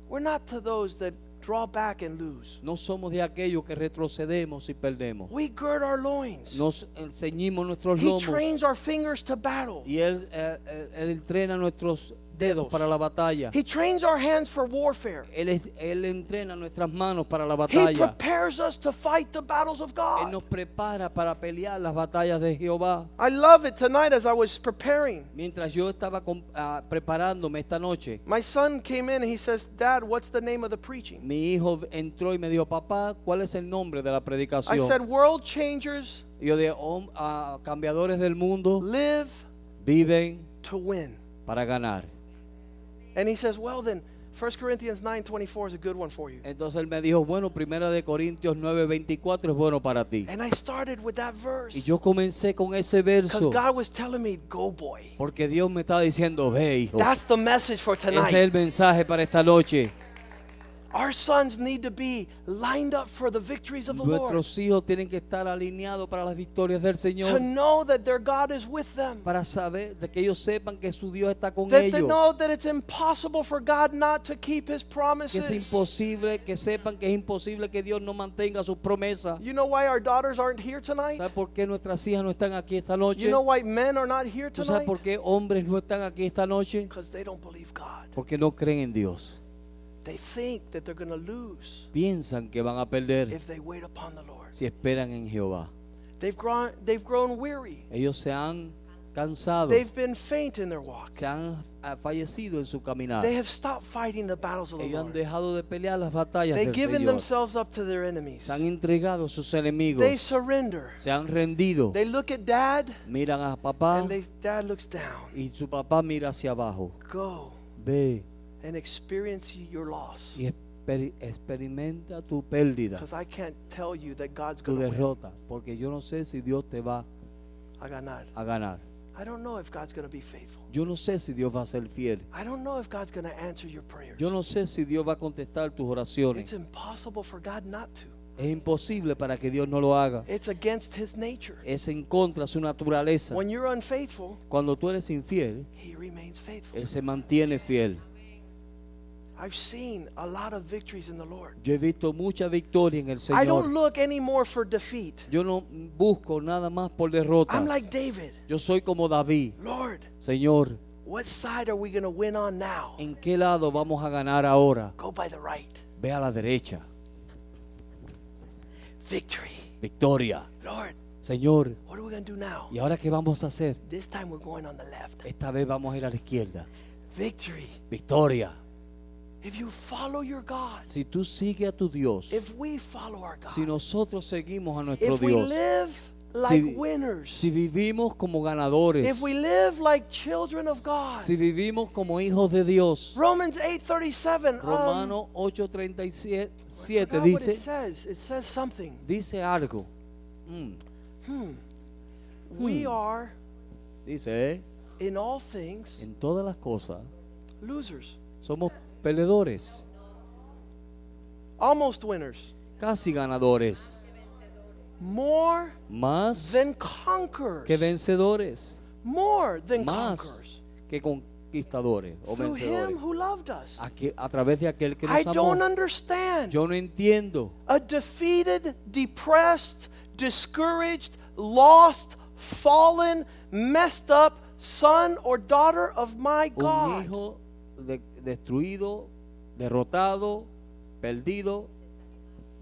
Speaker 1: We're not to those that draw back and lose.
Speaker 2: No somos de aquellos que retrocedemos y perdemos.
Speaker 1: We gird our loins.
Speaker 2: Nos ceñimos nuestros
Speaker 1: He
Speaker 2: lomos
Speaker 1: trains our fingers to battle.
Speaker 2: y él, eh, eh, él entrena nuestros dedos
Speaker 1: Dedos.
Speaker 2: para la batalla.
Speaker 1: He trains our hands for warfare.
Speaker 2: Él, es- él entrena nuestras manos para la
Speaker 1: He
Speaker 2: batalla.
Speaker 1: prepares us to fight the battles of
Speaker 2: Él nos
Speaker 1: God.
Speaker 2: prepara para pelear las batallas de Jehová.
Speaker 1: I love it tonight as I was preparing.
Speaker 2: Mientras yo estaba com- ah, preparándome esta noche,
Speaker 1: My son came in and he says, Dad, what's the name of the preaching?
Speaker 2: mi hijo entró y me dijo, papá, ¿cuál es el nombre de la
Speaker 1: I
Speaker 2: predicación?
Speaker 1: said, World changers
Speaker 2: Y yo de hom- ah, cambiadores del mundo
Speaker 1: live
Speaker 2: viven
Speaker 1: to win.
Speaker 2: para ganar.
Speaker 1: And he says, Well, then, 1 Corinthians 9:24 is a good one for you.
Speaker 2: Entonces él me dijo, bueno, primera de Corintios 9:24 es bueno para ti.
Speaker 1: And I started with that verse
Speaker 2: Y yo comencé con ese
Speaker 1: because
Speaker 2: verso
Speaker 1: God was telling me, "Go, boy."
Speaker 2: porque Dios me está diciendo, ve hijo, ese
Speaker 1: That's the message for
Speaker 2: es
Speaker 1: tonight.
Speaker 2: el mensaje para esta noche.
Speaker 1: Our sons need to be lined up for the victories of the Lord.
Speaker 2: Nuestros hijos tienen que estar alineados para las victorias del
Speaker 1: To
Speaker 2: Señor,
Speaker 1: know that their God is with them.
Speaker 2: para saber, de que ellos sepan que su Dios está con
Speaker 1: That they
Speaker 2: ellos,
Speaker 1: know that it's impossible for God not to keep his
Speaker 2: que es
Speaker 1: promises.
Speaker 2: imposible, que sepan que es imposible que Dios no mantenga sus promesas.
Speaker 1: You know why our daughters aren't here tonight?
Speaker 2: ¿Sabes por qué nuestras hijas no están aquí esta
Speaker 1: You
Speaker 2: noche?
Speaker 1: know why men are not here
Speaker 2: ¿Tú
Speaker 1: tonight?
Speaker 2: sabes por qué hombres no están aquí esta noche?
Speaker 1: Because they don't believe God.
Speaker 2: Porque no creen en Dios.
Speaker 1: They think that they're going to lose
Speaker 2: Piensan que van a perder
Speaker 1: if they wait upon the Lord.
Speaker 2: si esperan en Jehová.
Speaker 1: They've grown, they've grown weary.
Speaker 2: Ellos se han cansado,
Speaker 1: They've been faint in their walk.
Speaker 2: se han ah, fallecido en su caminar.
Speaker 1: They have stopped fighting the battles of the
Speaker 2: Ah. Ellos han
Speaker 1: Lord.
Speaker 2: dejado de pelear las batallas
Speaker 1: They've
Speaker 2: del
Speaker 1: given
Speaker 2: Señor.
Speaker 1: themselves up to their enemies.
Speaker 2: Se han entregado a sus enemigos.
Speaker 1: They surrender.
Speaker 2: Se han rendido.
Speaker 1: They look at dad
Speaker 2: Miran a papá
Speaker 1: and they, dad looks down.
Speaker 2: y su papá mira hacia abajo.
Speaker 1: Go
Speaker 2: Ve
Speaker 1: and experience your loss.
Speaker 2: y exper- experimenta tu pérdida,
Speaker 1: Because I can't tell you that God's
Speaker 2: tu
Speaker 1: going to win.
Speaker 2: derrota, porque yo no sé si Dios te va
Speaker 1: I got not.
Speaker 2: a ganar.
Speaker 1: I don't know if God's going to be faithful.
Speaker 2: Yo no sé si Dios va a ser fiel.
Speaker 1: I don't know if God's going to answer your prayers.
Speaker 2: Yo no sé si Dios va a contestar tus
Speaker 1: It's
Speaker 2: oraciones.
Speaker 1: impossible for God not to.
Speaker 2: Es imposible para que Dios no lo haga.
Speaker 1: It's against his nature.
Speaker 2: Es en contra de su naturaleza.
Speaker 1: When you're unfaithful,
Speaker 2: Cuando tú eres infiel,
Speaker 1: he remains faithful.
Speaker 2: Él se mantiene fiel.
Speaker 1: I've seen a lot of victories in the Lord.
Speaker 2: Yo he visto mucha victoria en el
Speaker 1: I don't
Speaker 2: Señor.
Speaker 1: look anymore for defeat.
Speaker 2: Yo no busco nada más por
Speaker 1: I'm
Speaker 2: derrotas.
Speaker 1: like David.
Speaker 2: Yo soy como David.
Speaker 1: Lord,
Speaker 2: Señor,
Speaker 1: what side are we going to win on now?
Speaker 2: ¿en qué lado vamos a ganar ahora?
Speaker 1: Go by the right.
Speaker 2: Ve a la derecha.
Speaker 1: Victory.
Speaker 2: Victoria.
Speaker 1: Lord,
Speaker 2: Señor,
Speaker 1: what are we going to do now?
Speaker 2: ¿y ahora qué vamos a hacer?
Speaker 1: This time we're going on the left.
Speaker 2: Esta vez vamos a ir a la izquierda.
Speaker 1: Victory.
Speaker 2: Victoria.
Speaker 1: If you follow your God,
Speaker 2: Si tú sigues a tu Dios,
Speaker 1: if we follow our God,
Speaker 2: si nosotros seguimos a nuestro
Speaker 1: if we
Speaker 2: Dios,
Speaker 1: live like
Speaker 2: si,
Speaker 1: winners,
Speaker 2: si vivimos como ganadores,
Speaker 1: if we live like children of God.
Speaker 2: si vivimos como hijos de Dios,
Speaker 1: Romans 8:37. um,
Speaker 2: Romano
Speaker 1: I
Speaker 2: 8:37
Speaker 1: forgot what it
Speaker 2: dice,
Speaker 1: says. It says something.
Speaker 2: dice algo. Mm, Hmm.
Speaker 1: We are
Speaker 2: dice, eh,
Speaker 1: in all things
Speaker 2: en todas las cosas
Speaker 1: losers,
Speaker 2: somos perdedores,
Speaker 1: almost winners,
Speaker 2: casi ganadores,
Speaker 1: more
Speaker 2: más
Speaker 1: than
Speaker 2: que
Speaker 1: conquerors,
Speaker 2: vencedores,
Speaker 1: more than
Speaker 2: más Oh,
Speaker 1: conquerors.
Speaker 2: que conquistadores o
Speaker 1: Through him
Speaker 2: vencedores.
Speaker 1: who loved us.
Speaker 2: A, que- a través de aquel que
Speaker 1: I
Speaker 2: nos
Speaker 1: don't
Speaker 2: amó.
Speaker 1: understand.
Speaker 2: Yo no entiendo
Speaker 1: A defeated, depressed, discouraged, lost, fallen, messed up son or daughter of my
Speaker 2: un
Speaker 1: God.
Speaker 2: hijo de- destruido, derrotado, perdido,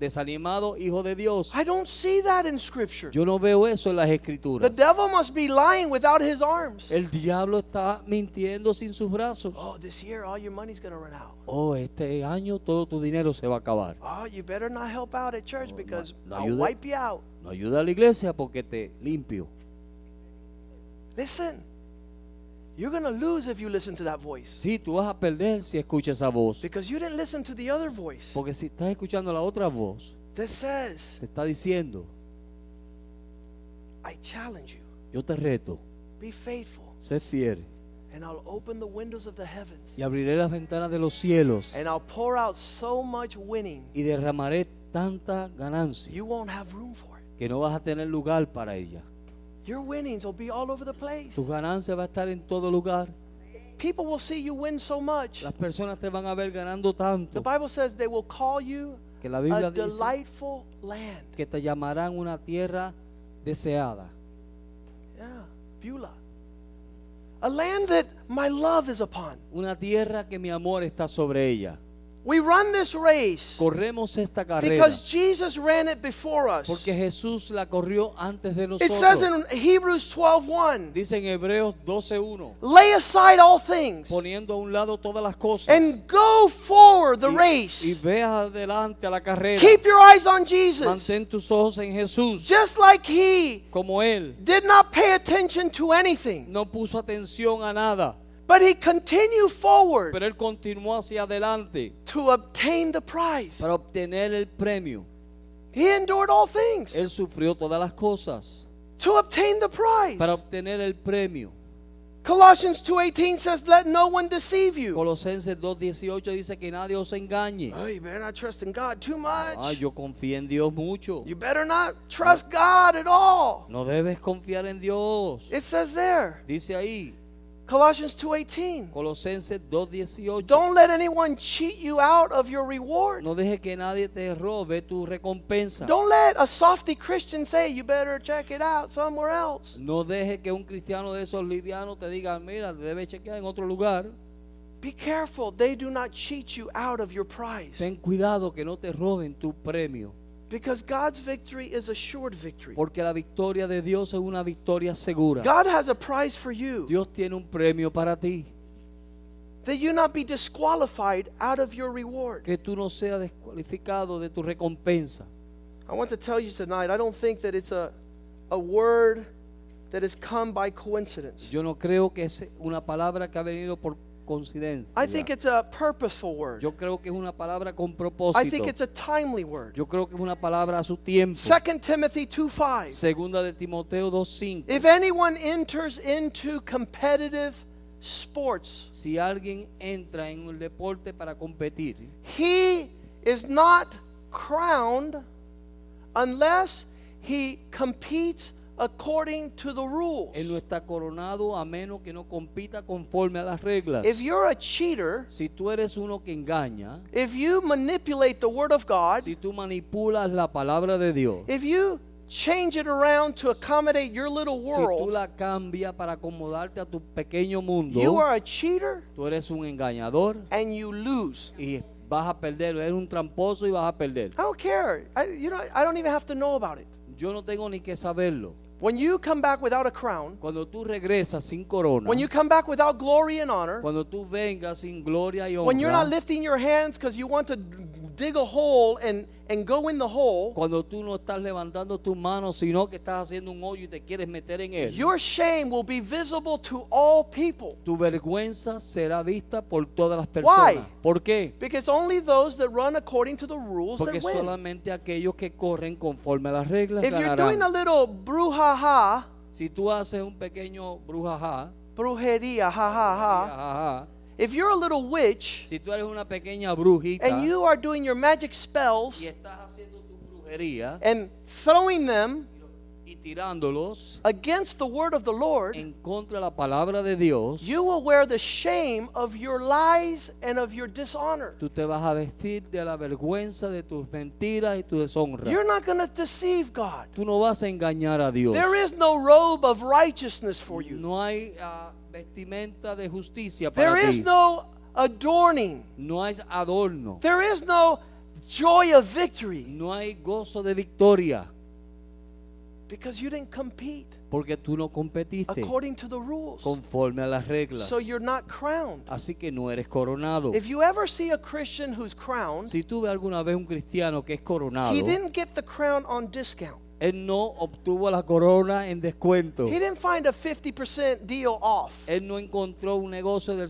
Speaker 2: desanimado, hijo de Dios.
Speaker 1: I don't see that in scripture.
Speaker 2: Yo no veo eso en las
Speaker 1: The
Speaker 2: escrituras.
Speaker 1: devil must be lying without his arms.
Speaker 2: El diablo está mintiendo sin sus brazos.
Speaker 1: Oh, this year all your money's going to run out.
Speaker 2: Oh, este año todo tu dinero se va a acabar.
Speaker 1: Oh, you better not help out at church because
Speaker 2: no,
Speaker 1: I'll
Speaker 2: you-
Speaker 1: wipe you out.
Speaker 2: No ayuda a la iglesia porque te limpio.
Speaker 1: Listen, you're going to lose if you listen to that voice
Speaker 2: Sí, tú vas a perder si escuchas esa voz.
Speaker 1: because you didn't listen to the other voice
Speaker 2: Porque si estás escuchando la otra voz,
Speaker 1: that says,
Speaker 2: te está diciendo,
Speaker 1: I challenge you,
Speaker 2: yo te reto,
Speaker 1: be faithful,
Speaker 2: sé fiel
Speaker 1: and I'll open the windows of the heavens
Speaker 2: y abriré las ventanas de los cielos
Speaker 1: and I'll pour out so much winning,
Speaker 2: y derramaré tanta ganancia
Speaker 1: you won't have room for it.
Speaker 2: que no vas a tener lugar para ella.
Speaker 1: Your winnings will be all over the place.
Speaker 2: Tus ganancias va a estar en todo lugar.
Speaker 1: People will see you win so much.
Speaker 2: Las personas te van a ver ganando
Speaker 1: The
Speaker 2: tanto
Speaker 1: Bible says they will call you
Speaker 2: que la
Speaker 1: a
Speaker 2: Biblia dice
Speaker 1: delightful land.
Speaker 2: que te llamarán una tierra deseada.
Speaker 1: Yeah, Beulah. A land that my love is upon.
Speaker 2: Una tierra que mi amor está sobre ella.
Speaker 1: We run this race
Speaker 2: Corremos esta carrera
Speaker 1: because Jesus ran it before us.
Speaker 2: porque Jesús la corrió antes de
Speaker 1: It says
Speaker 2: nosotros.
Speaker 1: in Hebrews 12:1,
Speaker 2: Dice en Hebreos 12:1,
Speaker 1: lay aside all things
Speaker 2: poniendo a un lado todas las cosas
Speaker 1: and go forward the
Speaker 2: y, y
Speaker 1: race.
Speaker 2: ve adelante a la carrera.
Speaker 1: Keep your eyes on Jesus.
Speaker 2: Mantén tus ojos en Jesús,
Speaker 1: Just like he
Speaker 2: como él
Speaker 1: did not pay attention to anything,
Speaker 2: no puso atención a nada,
Speaker 1: But he continued forward
Speaker 2: Pero él continuó hacia adelante
Speaker 1: to obtain the prize.
Speaker 2: para obtener el premio.
Speaker 1: He endured all things
Speaker 2: Él sufrió todas las cosas
Speaker 1: to obtain the prize.
Speaker 2: para obtener el premio.
Speaker 1: Colossians 2:18 says, "Let no one deceive you."
Speaker 2: Colosenses 2.18 dice que nadie os engañe.
Speaker 1: Oh, you better not trust in God too
Speaker 2: Ah,
Speaker 1: much.
Speaker 2: yo confío en Dios mucho.
Speaker 1: You better not trust God at all.
Speaker 2: No debes confiar en Dios.
Speaker 1: It says there,
Speaker 2: Dice ahí,
Speaker 1: Colossians 2:18.
Speaker 2: Colosenses 2.18.
Speaker 1: Don't let anyone cheat you out of your reward.
Speaker 2: No dejes que nadie te robe tu recompensa.
Speaker 1: Don't let a softy Christian say, "You better check it out somewhere else."
Speaker 2: No dejes que un cristiano de esos livianos te diga, mira, te debes chequear en otro lugar.
Speaker 1: Be careful; they do not cheat you out of your prize.
Speaker 2: Ten cuidado que no te roben tu premio.
Speaker 1: Because God's victory is assured victory.
Speaker 2: Porque la victoria de Dios es una victoria segura.
Speaker 1: God has a prize for you
Speaker 2: Dios tiene un premio para ti.
Speaker 1: that you not be disqualified out of your reward.
Speaker 2: Que tú no seas descualificado de tu recompensa.
Speaker 1: I want to tell you tonight, I don't think that it's a, a word that has come by coincidence.
Speaker 2: Yo no creo que es una palabra que ha venido por coincidencia.
Speaker 1: I think it's a purposeful word.
Speaker 2: Yo creo que es una palabra con
Speaker 1: I think it's
Speaker 2: propósito.
Speaker 1: a timely word.
Speaker 2: Yo creo que es una palabra a su tiempo.
Speaker 1: 2 Timothy 2:5.
Speaker 2: Segunda de Timoteo 2.5.
Speaker 1: If anyone enters into competitive sports,
Speaker 2: Si alguien entra en un deporte para competir,
Speaker 1: he is not crowned unless he competes according to the rules.
Speaker 2: Él no está coronado a menos que no compita conforme a las reglas.
Speaker 1: If you're a cheater,
Speaker 2: Si tú eres uno que engaña,
Speaker 1: if you manipulate the word of God,
Speaker 2: si tú manipulas la palabra de Dios,
Speaker 1: If you change it around to accommodate your little
Speaker 2: si tú
Speaker 1: world,
Speaker 2: la cambias para acomodarte a tu pequeño
Speaker 1: you
Speaker 2: mundo,
Speaker 1: are a cheater
Speaker 2: tú eres un engañador
Speaker 1: and you lose.
Speaker 2: y vas a perder, eres un tramposo y vas a perder.
Speaker 1: I don't care. I, you know, I don't even have to know about it.
Speaker 2: Yo no tengo ni que saberlo.
Speaker 1: When you come back without a crown,
Speaker 2: Cuando tú regresas sin corona,
Speaker 1: when you come back without glory and honor,
Speaker 2: cuando tú vengas sin gloria y
Speaker 1: when you're
Speaker 2: honra,
Speaker 1: not lifting your hands because you want to dig a hole and, and go in the hole,
Speaker 2: cuando tú no estás levantando tus manos, sino que estás haciendo un hoyo y te quieres meter en él.
Speaker 1: your shame will be visible to all people
Speaker 2: Tu vergüenza será vista por todas las personas.
Speaker 1: Why?
Speaker 2: ¿Por qué?
Speaker 1: because only those that run according to the rules
Speaker 2: Porque
Speaker 1: that win.
Speaker 2: solamente aquellos que corren conforme a las reglas
Speaker 1: If you're doing a
Speaker 2: ganarán.
Speaker 1: little brouhaha,
Speaker 2: Si tú haces un pequeño brujajá,
Speaker 1: brujeria, ha ha ha.
Speaker 2: ajá,
Speaker 1: If you're a little witch
Speaker 2: si tú eres una pequeña brujita
Speaker 1: and you are doing your magic spells
Speaker 2: y estás haciendo tu brujería
Speaker 1: and throwing them
Speaker 2: y tirándolos
Speaker 1: against the word of the Lord,
Speaker 2: en contra de la palabra de Dios,
Speaker 1: you will wear the shame of your lies and of your dishonor.
Speaker 2: tú te vas a vestir de la vergüenza de tus mentiras y tu deshonra.
Speaker 1: You're not going to deceive God.
Speaker 2: Tú no vas a engañar a Dios.
Speaker 1: There is no robe of righteousness for you,
Speaker 2: No hay ah, vestimenta de justicia para
Speaker 1: there is
Speaker 2: ti.
Speaker 1: no adorning,
Speaker 2: No hay adorno.
Speaker 1: there is no joy of victory
Speaker 2: No hay gozo de victoria
Speaker 1: because you didn't compete
Speaker 2: porque tú no competiste
Speaker 1: according to the rules.
Speaker 2: conforme a las reglas.
Speaker 1: So you're not crowned.
Speaker 2: Así que Ah, no eres coronado.
Speaker 1: If you ever see a Christian who's crowned,
Speaker 2: Si tú ves alguna vez un cristiano que es coronado,
Speaker 1: He didn't get the crown on discount.
Speaker 2: él no obtuvo la corona en descuento.
Speaker 1: He didn't find a 50% deal off
Speaker 2: Él no encontró un negocio del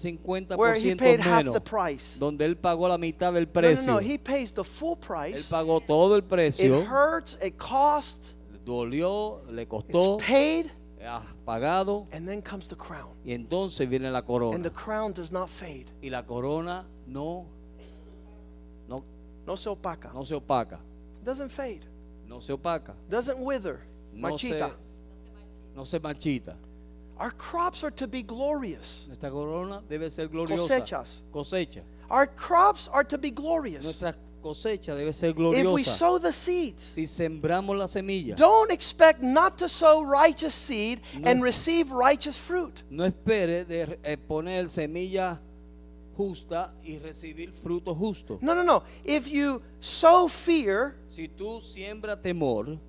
Speaker 1: where he paid
Speaker 2: 50%
Speaker 1: half
Speaker 2: menos,
Speaker 1: the price. No,
Speaker 2: donde él pagó la mitad del
Speaker 1: no, no,
Speaker 2: precio.
Speaker 1: He pays the full
Speaker 2: Él
Speaker 1: price.
Speaker 2: pagó todo el precio.
Speaker 1: It hurts, it costs,
Speaker 2: Dolió, le costó,
Speaker 1: it's paid,
Speaker 2: ha pagado
Speaker 1: and then comes the crown.
Speaker 2: y entonces viene la
Speaker 1: And the
Speaker 2: corona.
Speaker 1: crown does not fade.
Speaker 2: Y la corona no, no,
Speaker 1: No se opaca.
Speaker 2: no se opaca.
Speaker 1: Doesn't fade.
Speaker 2: no se opaca,
Speaker 1: Doesn't wither.
Speaker 2: no
Speaker 1: Marchita.
Speaker 2: se no se marchita.
Speaker 1: Our crops are to be glorious.
Speaker 2: Nuestra corona debe ser gloriosa.
Speaker 1: Cosechas.
Speaker 2: Cosecha.
Speaker 1: Our crops are to be glorious.
Speaker 2: Nuestra cosecha debe ser
Speaker 1: If we
Speaker 2: gloriosa.
Speaker 1: sow the seeds,
Speaker 2: Si sembramos la semilla,
Speaker 1: Don't expect not to sow righteous seed
Speaker 2: No.
Speaker 1: and receive righteous fruit.
Speaker 2: no espere de eh, poner semilla justa y recibir fruto justo.
Speaker 1: No, no, no. If you sow fear,
Speaker 2: Si tú siembras temor,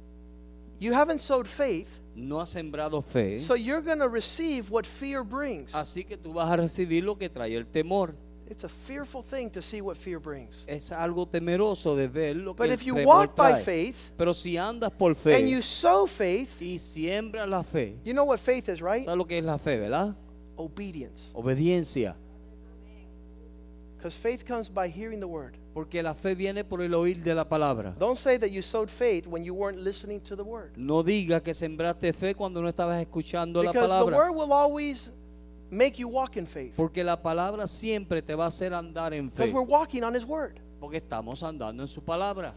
Speaker 1: you haven't sowed faith,
Speaker 2: no has sembrado fe,
Speaker 1: so you're going to receive what fear brings.
Speaker 2: así que tú vas a recibir lo que trae el temor.
Speaker 1: It's a fearful thing to see what fear brings.
Speaker 2: Es algo temeroso de ver lo que
Speaker 1: But
Speaker 2: el
Speaker 1: if you
Speaker 2: temor
Speaker 1: walk by
Speaker 2: trae.
Speaker 1: faith
Speaker 2: Pero si andas por fe
Speaker 1: and you sow faith,
Speaker 2: y siembras la fe,
Speaker 1: you know what faith is, right?
Speaker 2: ¿Sabes lo que es la fe, verdad?
Speaker 1: A obedience.
Speaker 2: obediencia.
Speaker 1: Because faith comes by hearing the word.
Speaker 2: Porque la fe viene por el oír de la palabra.
Speaker 1: Don't say that you sowed faith when you weren't listening to the word.
Speaker 2: No diga que sembraste fe cuando no estabas escuchando la
Speaker 1: Because the
Speaker 2: palabra.
Speaker 1: word will always make you walk in faith.
Speaker 2: Porque la palabra siempre te va a hacer andar en
Speaker 1: Because
Speaker 2: fe.
Speaker 1: we're walking on his word.
Speaker 2: Porque estamos andando en su palabra.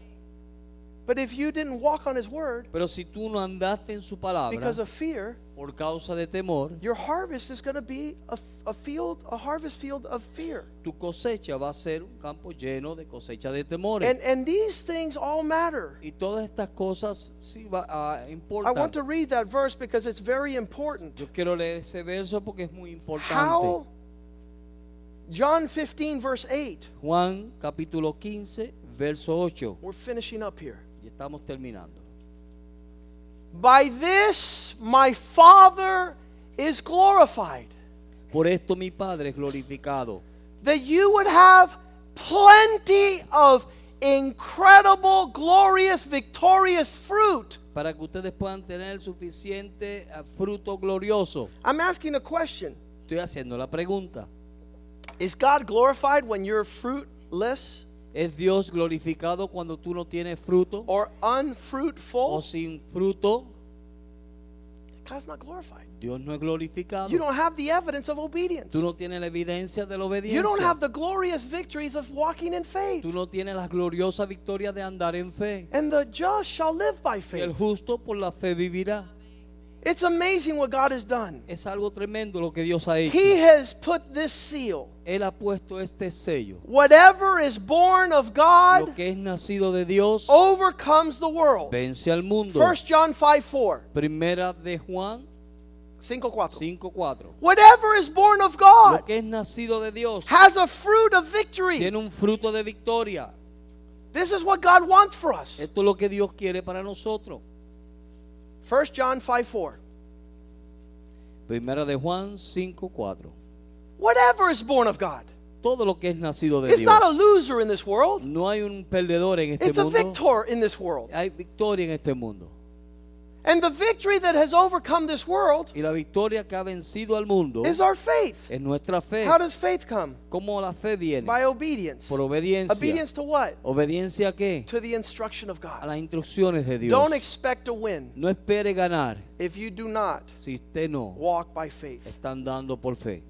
Speaker 1: But if you didn't walk on his word
Speaker 2: Pero si tú no andaste en su palabra
Speaker 1: because of fear,
Speaker 2: por causa de temor,
Speaker 1: your harvest is going to be a, f- a field, a harvest field of fear.
Speaker 2: tu cosecha va a ser un campo lleno de cosecha de temores.
Speaker 1: And, and these things all matter.
Speaker 2: y todas estas cosas sí va a
Speaker 1: I want to
Speaker 2: importar.
Speaker 1: read that verse because it's very important.
Speaker 2: Yo quiero leer ese verso porque es muy
Speaker 1: How?
Speaker 2: importante.
Speaker 1: John 15, verse 8.
Speaker 2: Juan capítulo 15, verso 8.
Speaker 1: We're finishing up here.
Speaker 2: Y estamos terminando.
Speaker 1: By this my Father is glorified,
Speaker 2: Por esto mi Padre es glorificado.
Speaker 1: that you would have plenty of incredible, glorious, victorious fruit.
Speaker 2: Para que ustedes puedan tener el suficiente eh, fruto glorioso.
Speaker 1: I'm asking a question
Speaker 2: Estoy haciendo la pregunta.
Speaker 1: Is God glorified when you're fruitless
Speaker 2: ¿Es Dios glorificado cuando tú no tienes fruto
Speaker 1: or
Speaker 2: o
Speaker 1: unfruitful?
Speaker 2: sin fruto?
Speaker 1: God's not glorified.
Speaker 2: Dios no es glorificado.
Speaker 1: You don't have the evidence of obedience.
Speaker 2: Tú no tienes la evidencia de la
Speaker 1: You don't have
Speaker 2: obediencia.
Speaker 1: the glorious victories of walking in faith.
Speaker 2: Tú no tienes la gloriosa victoria de andar en fe.
Speaker 1: And the just shall live by
Speaker 2: Y El
Speaker 1: faith.
Speaker 2: justo por la fe vivirá.
Speaker 1: It's amazing what God has done.
Speaker 2: Es algo tremendo lo que Dios ha hecho.
Speaker 1: He has put this seal.
Speaker 2: Él ha puesto este sello.
Speaker 1: Whatever is born of
Speaker 2: Lo
Speaker 1: God Oh.
Speaker 2: que es nacido de Dios
Speaker 1: overcomes the world.
Speaker 2: vence al mundo.
Speaker 1: 1 John 5 4.
Speaker 2: Primera de Juan
Speaker 1: 5, 4.
Speaker 2: 5:4.
Speaker 1: Whatever is born of
Speaker 2: Lo
Speaker 1: God
Speaker 2: que es nacido de Dios
Speaker 1: has a fruit of victory.
Speaker 2: tiene un fruto de victoria.
Speaker 1: This is what God wants for us.
Speaker 2: Esto es lo que Dios quiere para nosotros.
Speaker 1: 1 John 5 4.
Speaker 2: Primera de Juan 5:4.
Speaker 1: Whatever is born of God.
Speaker 2: Todo lo que es nacido de
Speaker 1: It's
Speaker 2: Dios.
Speaker 1: not a loser in this world,
Speaker 2: No hay un perdedor en este
Speaker 1: it's a
Speaker 2: mundo.
Speaker 1: victor in this world.
Speaker 2: Hay victoria en este mundo.
Speaker 1: And the victory that has overcome this world
Speaker 2: Y la victoria que ha vencido al mundo
Speaker 1: is our faith.
Speaker 2: es nuestra fe.
Speaker 1: How does faith come?
Speaker 2: ¿Cómo la fe viene?
Speaker 1: By obedience.
Speaker 2: Por obediencia.
Speaker 1: Obedience to what?
Speaker 2: ¿Obediencia a qué?
Speaker 1: To the instruction of
Speaker 2: A
Speaker 1: God.
Speaker 2: las instrucciones de Dios.
Speaker 1: Don't expect to win
Speaker 2: No espere ganar
Speaker 1: if you do not
Speaker 2: si usted no
Speaker 1: walk by faith.
Speaker 2: está andando por fe.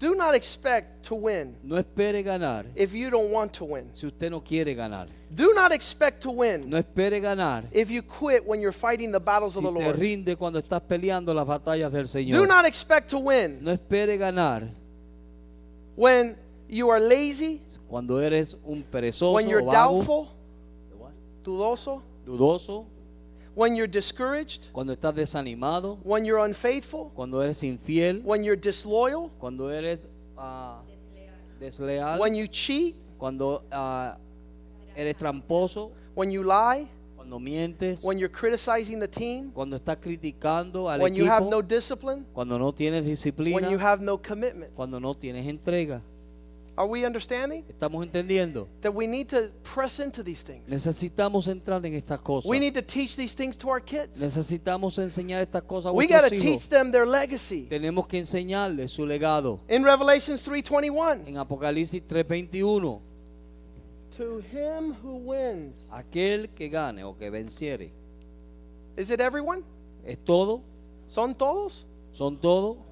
Speaker 1: Do not expect to win
Speaker 2: No espere ganar
Speaker 1: if you don't want to win.
Speaker 2: si usted no quiere ganar.
Speaker 1: Do not expect to
Speaker 2: No
Speaker 1: win
Speaker 2: espere ganar
Speaker 1: if you quit when you're fighting the battles
Speaker 2: si
Speaker 1: of the
Speaker 2: te
Speaker 1: Lord.
Speaker 2: rinde cuando estás peleando las batallas del Señor.
Speaker 1: Do not expect to win
Speaker 2: No espere ganar
Speaker 1: when you are lazy,
Speaker 2: cuando eres un perezoso,
Speaker 1: when you're
Speaker 2: o vago,
Speaker 1: doubtful, dudoso,
Speaker 2: dudoso,
Speaker 1: when you're discouraged,
Speaker 2: cuando estás desanimado,
Speaker 1: when you're unfaithful,
Speaker 2: cuando eres infiel,
Speaker 1: when you're disloyal,
Speaker 2: cuando eres ah, desleal,
Speaker 1: when you cheat,
Speaker 2: cuando ah, eres tramposo,
Speaker 1: when you lie,
Speaker 2: cuando mientes,
Speaker 1: when you're criticizing the team,
Speaker 2: cuando estás criticando al
Speaker 1: when you have no
Speaker 2: equipo,
Speaker 1: discipline,
Speaker 2: cuando no tienes disciplina,
Speaker 1: when you have no commitment.
Speaker 2: cuando no tienes entrega.
Speaker 1: Are we understanding?
Speaker 2: ¿Estamos entendiendo?
Speaker 1: That we need to press into these things.
Speaker 2: Necesitamos entrar en estas cosas.
Speaker 1: We need to teach these things to our kids.
Speaker 2: Necesitamos enseñar estas cosas a
Speaker 1: We got
Speaker 2: nuestros
Speaker 1: to
Speaker 2: hijos.
Speaker 1: teach them their legacy.
Speaker 2: Tenemos que enseñarles su legado.
Speaker 1: In Revelations 3:21,
Speaker 2: En Apocalipsis 3:21,
Speaker 1: to him who wins.
Speaker 2: aquel que gane o que venciere,
Speaker 1: Is it everyone?
Speaker 2: ¿es todo?
Speaker 1: Son todos?
Speaker 2: ¿Son todo?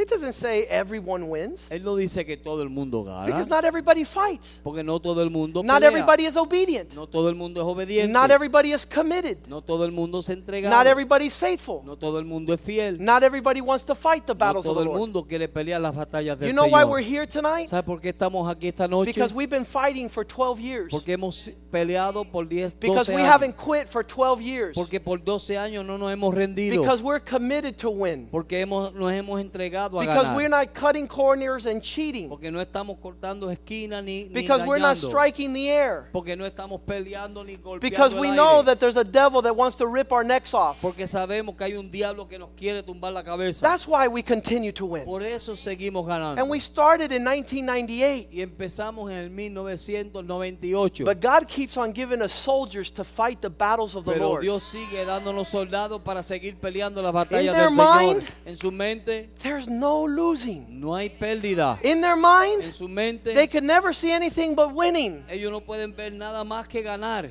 Speaker 1: He doesn't say everyone wins
Speaker 2: Él no dice que todo el mundo gana,
Speaker 1: because not everybody fights.
Speaker 2: porque no todo el mundo
Speaker 1: Not
Speaker 2: pelea.
Speaker 1: everybody is obedient.
Speaker 2: No todo el mundo es obediente.
Speaker 1: Not everybody is committed.
Speaker 2: no todo el mundo se entrega.
Speaker 1: Not everybody's faithful.
Speaker 2: no todo el mundo es fiel.
Speaker 1: Not everybody wants to fight the
Speaker 2: no
Speaker 1: battles of the
Speaker 2: todo el
Speaker 1: Lord.
Speaker 2: mundo quiere pelear las batallas del
Speaker 1: You know why
Speaker 2: Señor.
Speaker 1: we're here tonight?
Speaker 2: ¿Sabes por qué estamos aquí esta noche?
Speaker 1: Because we've been fighting for 12 years.
Speaker 2: porque hemos peleado por 10, 12
Speaker 1: Because we
Speaker 2: años.
Speaker 1: haven't quit for 12 years.
Speaker 2: Porque por 12 años no nos hemos rendido.
Speaker 1: Because we're committed to win.
Speaker 2: Porque hemos, nos hemos entregado obligado a
Speaker 1: because we're
Speaker 2: ganar.
Speaker 1: not cutting corners and cheating,
Speaker 2: Porque no estamos cortando esquinas ni, ni
Speaker 1: because we're not
Speaker 2: engañando.
Speaker 1: striking the air,
Speaker 2: Porque no estamos peleando ni golpeando
Speaker 1: because
Speaker 2: el
Speaker 1: we
Speaker 2: aire.
Speaker 1: know that there's a devil that wants to rip our necks off.
Speaker 2: Porque sabemos que hay un diablo que nos quiere tumbar la cabeza.
Speaker 1: That's why we continue to win.
Speaker 2: Por eso seguimos ganando.
Speaker 1: And we started in 1998,
Speaker 2: y empezamos en el 1998.
Speaker 1: but God keeps on giving us soldiers to fight the battles of the
Speaker 2: Pero
Speaker 1: Lord.
Speaker 2: Dios sigue dándonos soldados para seguir peleando las batallas
Speaker 1: their
Speaker 2: del Señor.
Speaker 1: mind-
Speaker 2: en su mente
Speaker 1: There's no losing.
Speaker 2: no hay pérdida.
Speaker 1: In their mind,
Speaker 2: En su mente
Speaker 1: they can never see anything but winning.
Speaker 2: ellos no pueden ver nada más que ganar.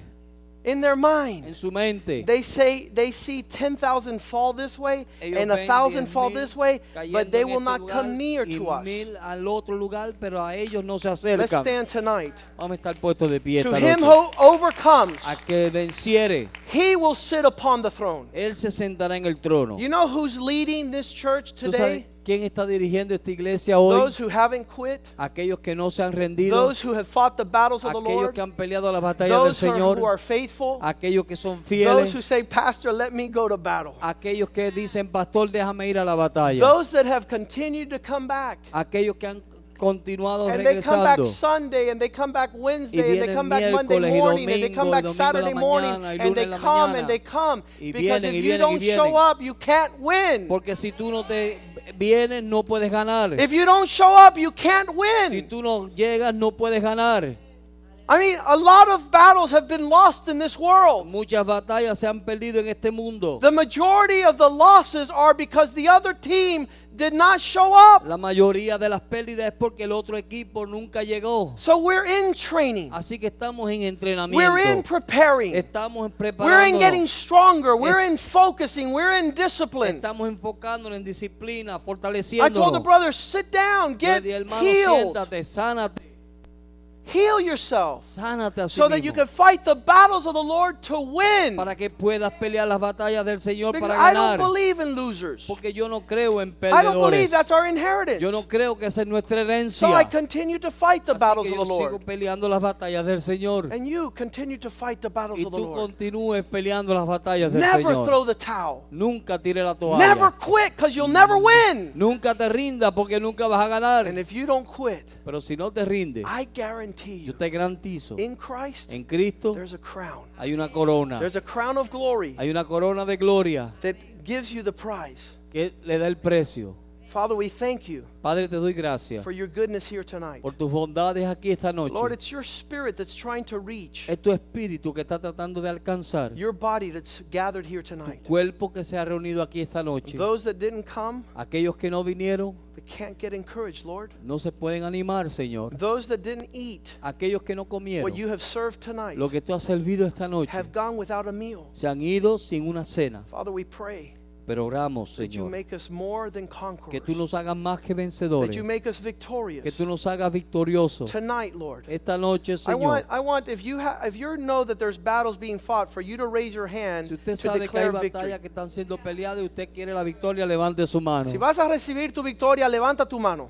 Speaker 1: In their
Speaker 2: En
Speaker 1: mind,
Speaker 2: su mente.
Speaker 1: they say they see 10,000 fall this way
Speaker 2: Ellos
Speaker 1: and a
Speaker 2: ven
Speaker 1: thousand
Speaker 2: 10.000
Speaker 1: fall this way,
Speaker 2: cayendo
Speaker 1: but they
Speaker 2: en
Speaker 1: will
Speaker 2: este
Speaker 1: not
Speaker 2: lugar
Speaker 1: come near
Speaker 2: y
Speaker 1: to us.
Speaker 2: mil al otro lugar, pero a ellos no se
Speaker 1: Let's
Speaker 2: acercan.
Speaker 1: stand tonight.
Speaker 2: Vamos a estar puestos de pie.
Speaker 1: To
Speaker 2: esta
Speaker 1: him
Speaker 2: noche.
Speaker 1: who overcomes,
Speaker 2: a que venciere,
Speaker 1: he will sit upon the throne.
Speaker 2: él se sentará en el trono.
Speaker 1: You know who's leading this church
Speaker 2: ¿Tú sabes
Speaker 1: today?
Speaker 2: quién está dirigiendo esta iglesia hoy?
Speaker 1: Those who haven't quit,
Speaker 2: Aquellos que no se han rendido,
Speaker 1: those who have fought the battles of the
Speaker 2: aquellos
Speaker 1: Lord,
Speaker 2: que han peleado las batallas del
Speaker 1: those who are, who are
Speaker 2: Señor,
Speaker 1: faithful,
Speaker 2: aquellos que son
Speaker 1: those who
Speaker 2: fieles,
Speaker 1: say, Pastor, let me go to battle,
Speaker 2: aquellos que dicen, pastor, déjame ir a la batalla,
Speaker 1: those that have continued to come back.
Speaker 2: aquellos que han continuado
Speaker 1: And they come back
Speaker 2: regresando.
Speaker 1: Sunday, and they come back
Speaker 2: Y
Speaker 1: Wednesday, and they
Speaker 2: vienen
Speaker 1: come back Monday
Speaker 2: miércoles y
Speaker 1: morning, and they come
Speaker 2: domingo, y
Speaker 1: back
Speaker 2: domingo a la
Speaker 1: Saturday morning,
Speaker 2: mañana, y
Speaker 1: and they
Speaker 2: lunes a la
Speaker 1: come
Speaker 2: mañana.
Speaker 1: and they come.
Speaker 2: Y
Speaker 1: Because
Speaker 2: vienen,
Speaker 1: if
Speaker 2: y
Speaker 1: you
Speaker 2: vienen, y
Speaker 1: don't show
Speaker 2: vienen.
Speaker 1: up, you can't win.
Speaker 2: Porque si tú no te vienes, no puedes ganar.
Speaker 1: If you don't show up, you can't
Speaker 2: Si
Speaker 1: win.
Speaker 2: tú no llegas, no puedes ganar.
Speaker 1: I mean, a lot of battles have been lost in this world.
Speaker 2: Muchas batallas se han perdido en este mundo.
Speaker 1: The majority of the losses are because the other team did not show up.
Speaker 2: La mayoría de las pérdidas es porque el otro equipo nunca llegó.
Speaker 1: So we're in training.
Speaker 2: Así que estamos en entrenamiento.
Speaker 1: We're in preparing.
Speaker 2: estamos
Speaker 1: We're in getting
Speaker 2: preparando.
Speaker 1: stronger. We're in focusing. We're in discipline.
Speaker 2: Estamos enfocándonos en disciplina,
Speaker 1: I told the
Speaker 2: fortaleciéndonos.
Speaker 1: brother, sit down,
Speaker 2: Yo
Speaker 1: get
Speaker 2: dije, hermano,
Speaker 1: healed,
Speaker 2: siéntate, sánate,
Speaker 1: heal yourself,
Speaker 2: sánate a sí
Speaker 1: so that you
Speaker 2: mismo,
Speaker 1: can fight the battles of the Lord to win.
Speaker 2: para que puedas pelear las batallas del Señor
Speaker 1: Because
Speaker 2: para
Speaker 1: I don't
Speaker 2: ganar.
Speaker 1: believe in losers.
Speaker 2: Porque yo no creo en
Speaker 1: I don't believe
Speaker 2: perdedores.
Speaker 1: that's our inheritance.
Speaker 2: Yo no creo que esa es nuestra herencia.
Speaker 1: So I continue to fight the
Speaker 2: Así
Speaker 1: battles
Speaker 2: que
Speaker 1: of
Speaker 2: yo
Speaker 1: the
Speaker 2: sigo
Speaker 1: Lord,
Speaker 2: peleando las batallas del Señor.
Speaker 1: and you continue to fight the battles
Speaker 2: Y
Speaker 1: of the
Speaker 2: tú
Speaker 1: Lord.
Speaker 2: continúes peleando las batallas del
Speaker 1: Never
Speaker 2: Señor.
Speaker 1: throw the towel.
Speaker 2: Nunca tire la toalla.
Speaker 1: Never quit, because you'll never win.
Speaker 2: Nunca te rindas porque nunca vas a
Speaker 1: And
Speaker 2: ganar.
Speaker 1: if you don't quit,
Speaker 2: Pero si no te rindes,
Speaker 1: I guarantee you,
Speaker 2: yo te garantizo,
Speaker 1: in Christ,
Speaker 2: en Cristo
Speaker 1: there's a crown.
Speaker 2: hay una corona.
Speaker 1: There's a crown of glory
Speaker 2: Hay una corona de gloria
Speaker 1: that gives you the prize.
Speaker 2: que le da el precio.
Speaker 1: Father, we thank you
Speaker 2: Padre, te doy gracias
Speaker 1: for your goodness here tonight.
Speaker 2: por tus bondades aquí esta
Speaker 1: Lord,
Speaker 2: noche.
Speaker 1: it's your spirit that's trying to reach
Speaker 2: Es tu espíritu que está tratando de alcanzar
Speaker 1: your body that's gathered here tonight.
Speaker 2: cuerpo que se ha reunido aquí esta noche.
Speaker 1: Those that didn't come,
Speaker 2: Aquellos que no vinieron
Speaker 1: they can't get encouraged, Lord.
Speaker 2: no se pueden animar, Señor.
Speaker 1: Those that didn't eat
Speaker 2: Aquellos que no comieron
Speaker 1: what you have served tonight
Speaker 2: lo que tú has servido esta noche
Speaker 1: have gone without a meal.
Speaker 2: se han ido sin una cena.
Speaker 1: Father, we pray
Speaker 2: Pero oramos,
Speaker 1: that you
Speaker 2: Señor.
Speaker 1: make us more than
Speaker 2: Que tú
Speaker 1: conquerors,
Speaker 2: nos hagas más que
Speaker 1: that you
Speaker 2: vencedores.
Speaker 1: make us
Speaker 2: Que
Speaker 1: victorious
Speaker 2: tú nos hagas victoriosos.
Speaker 1: tonight, Lord.
Speaker 2: Esta noche,
Speaker 1: I
Speaker 2: Señor.
Speaker 1: want, I want if you ha- if you know that there's battles being fought, for you to raise your hand
Speaker 2: Si
Speaker 1: to
Speaker 2: usted sabe que hay
Speaker 1: declare victory.
Speaker 2: batallas que están siendo peleadas y usted quiere la victoria, levante su mano.
Speaker 1: Si vas a recibir tu victoria, levanta tu mano.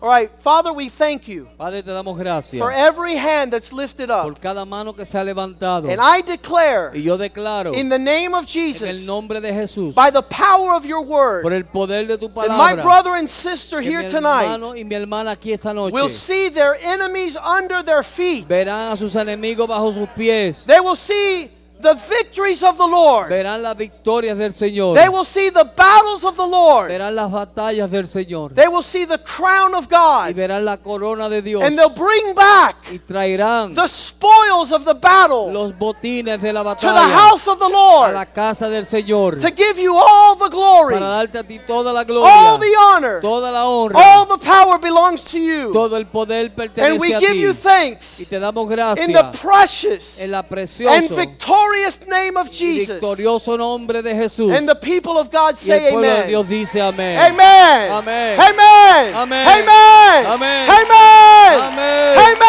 Speaker 1: All right, Father, we thank you
Speaker 2: Padre, te damos
Speaker 1: for
Speaker 2: gracias
Speaker 1: every hand that's lifted
Speaker 2: por
Speaker 1: up.
Speaker 2: cada mano que se ha levantado.
Speaker 1: And I declare
Speaker 2: Y yo declaro
Speaker 1: in
Speaker 2: en
Speaker 1: the name of
Speaker 2: el
Speaker 1: Jesus,
Speaker 2: nombre de Jesús,
Speaker 1: by the power of your
Speaker 2: por
Speaker 1: word,
Speaker 2: el poder de tu
Speaker 1: that my
Speaker 2: palabra,
Speaker 1: brother and sister
Speaker 2: que mi
Speaker 1: here tonight
Speaker 2: hermano y mi hermana aquí esta
Speaker 1: will
Speaker 2: noche
Speaker 1: see their enemies under their feet.
Speaker 2: verán a sus enemigos bajo sus pies.
Speaker 1: They will see the victories of the Lord.
Speaker 2: Verán las victorias del Señor.
Speaker 1: They will see the battles of the Lord.
Speaker 2: Verán las batallas del Señor.
Speaker 1: They will see the crown of
Speaker 2: Y
Speaker 1: God.
Speaker 2: verán la corona de Dios.
Speaker 1: And they'll bring back
Speaker 2: Y traerán
Speaker 1: the spoils of the battle
Speaker 2: los botines de la
Speaker 1: to the
Speaker 2: batalla
Speaker 1: house of the
Speaker 2: a
Speaker 1: Lord.
Speaker 2: la casa del Señor.
Speaker 1: to give you all the glory,
Speaker 2: Para darte a ti toda la
Speaker 1: all
Speaker 2: gloria,
Speaker 1: the honor,
Speaker 2: toda la
Speaker 1: all
Speaker 2: honra,
Speaker 1: the power belongs to you.
Speaker 2: todo el poder
Speaker 1: And we
Speaker 2: pertenece a
Speaker 1: give
Speaker 2: ti.
Speaker 1: you
Speaker 2: Y
Speaker 1: thanks
Speaker 2: te damos
Speaker 1: in the
Speaker 2: gracias
Speaker 1: precious
Speaker 2: en la
Speaker 1: and
Speaker 2: preciosa
Speaker 1: victorious name of
Speaker 2: y
Speaker 1: Jesus.
Speaker 2: victorioso nombre de Jesús.
Speaker 1: And the people of God
Speaker 2: Y el
Speaker 1: say
Speaker 2: pueblo de Dios
Speaker 1: amen.
Speaker 2: dice amén.
Speaker 1: Amen.
Speaker 2: Amén.
Speaker 1: Amen. Amen.
Speaker 2: Amén.
Speaker 1: Amen.
Speaker 2: Amén.
Speaker 1: Amen.
Speaker 2: Amén.
Speaker 1: Amen.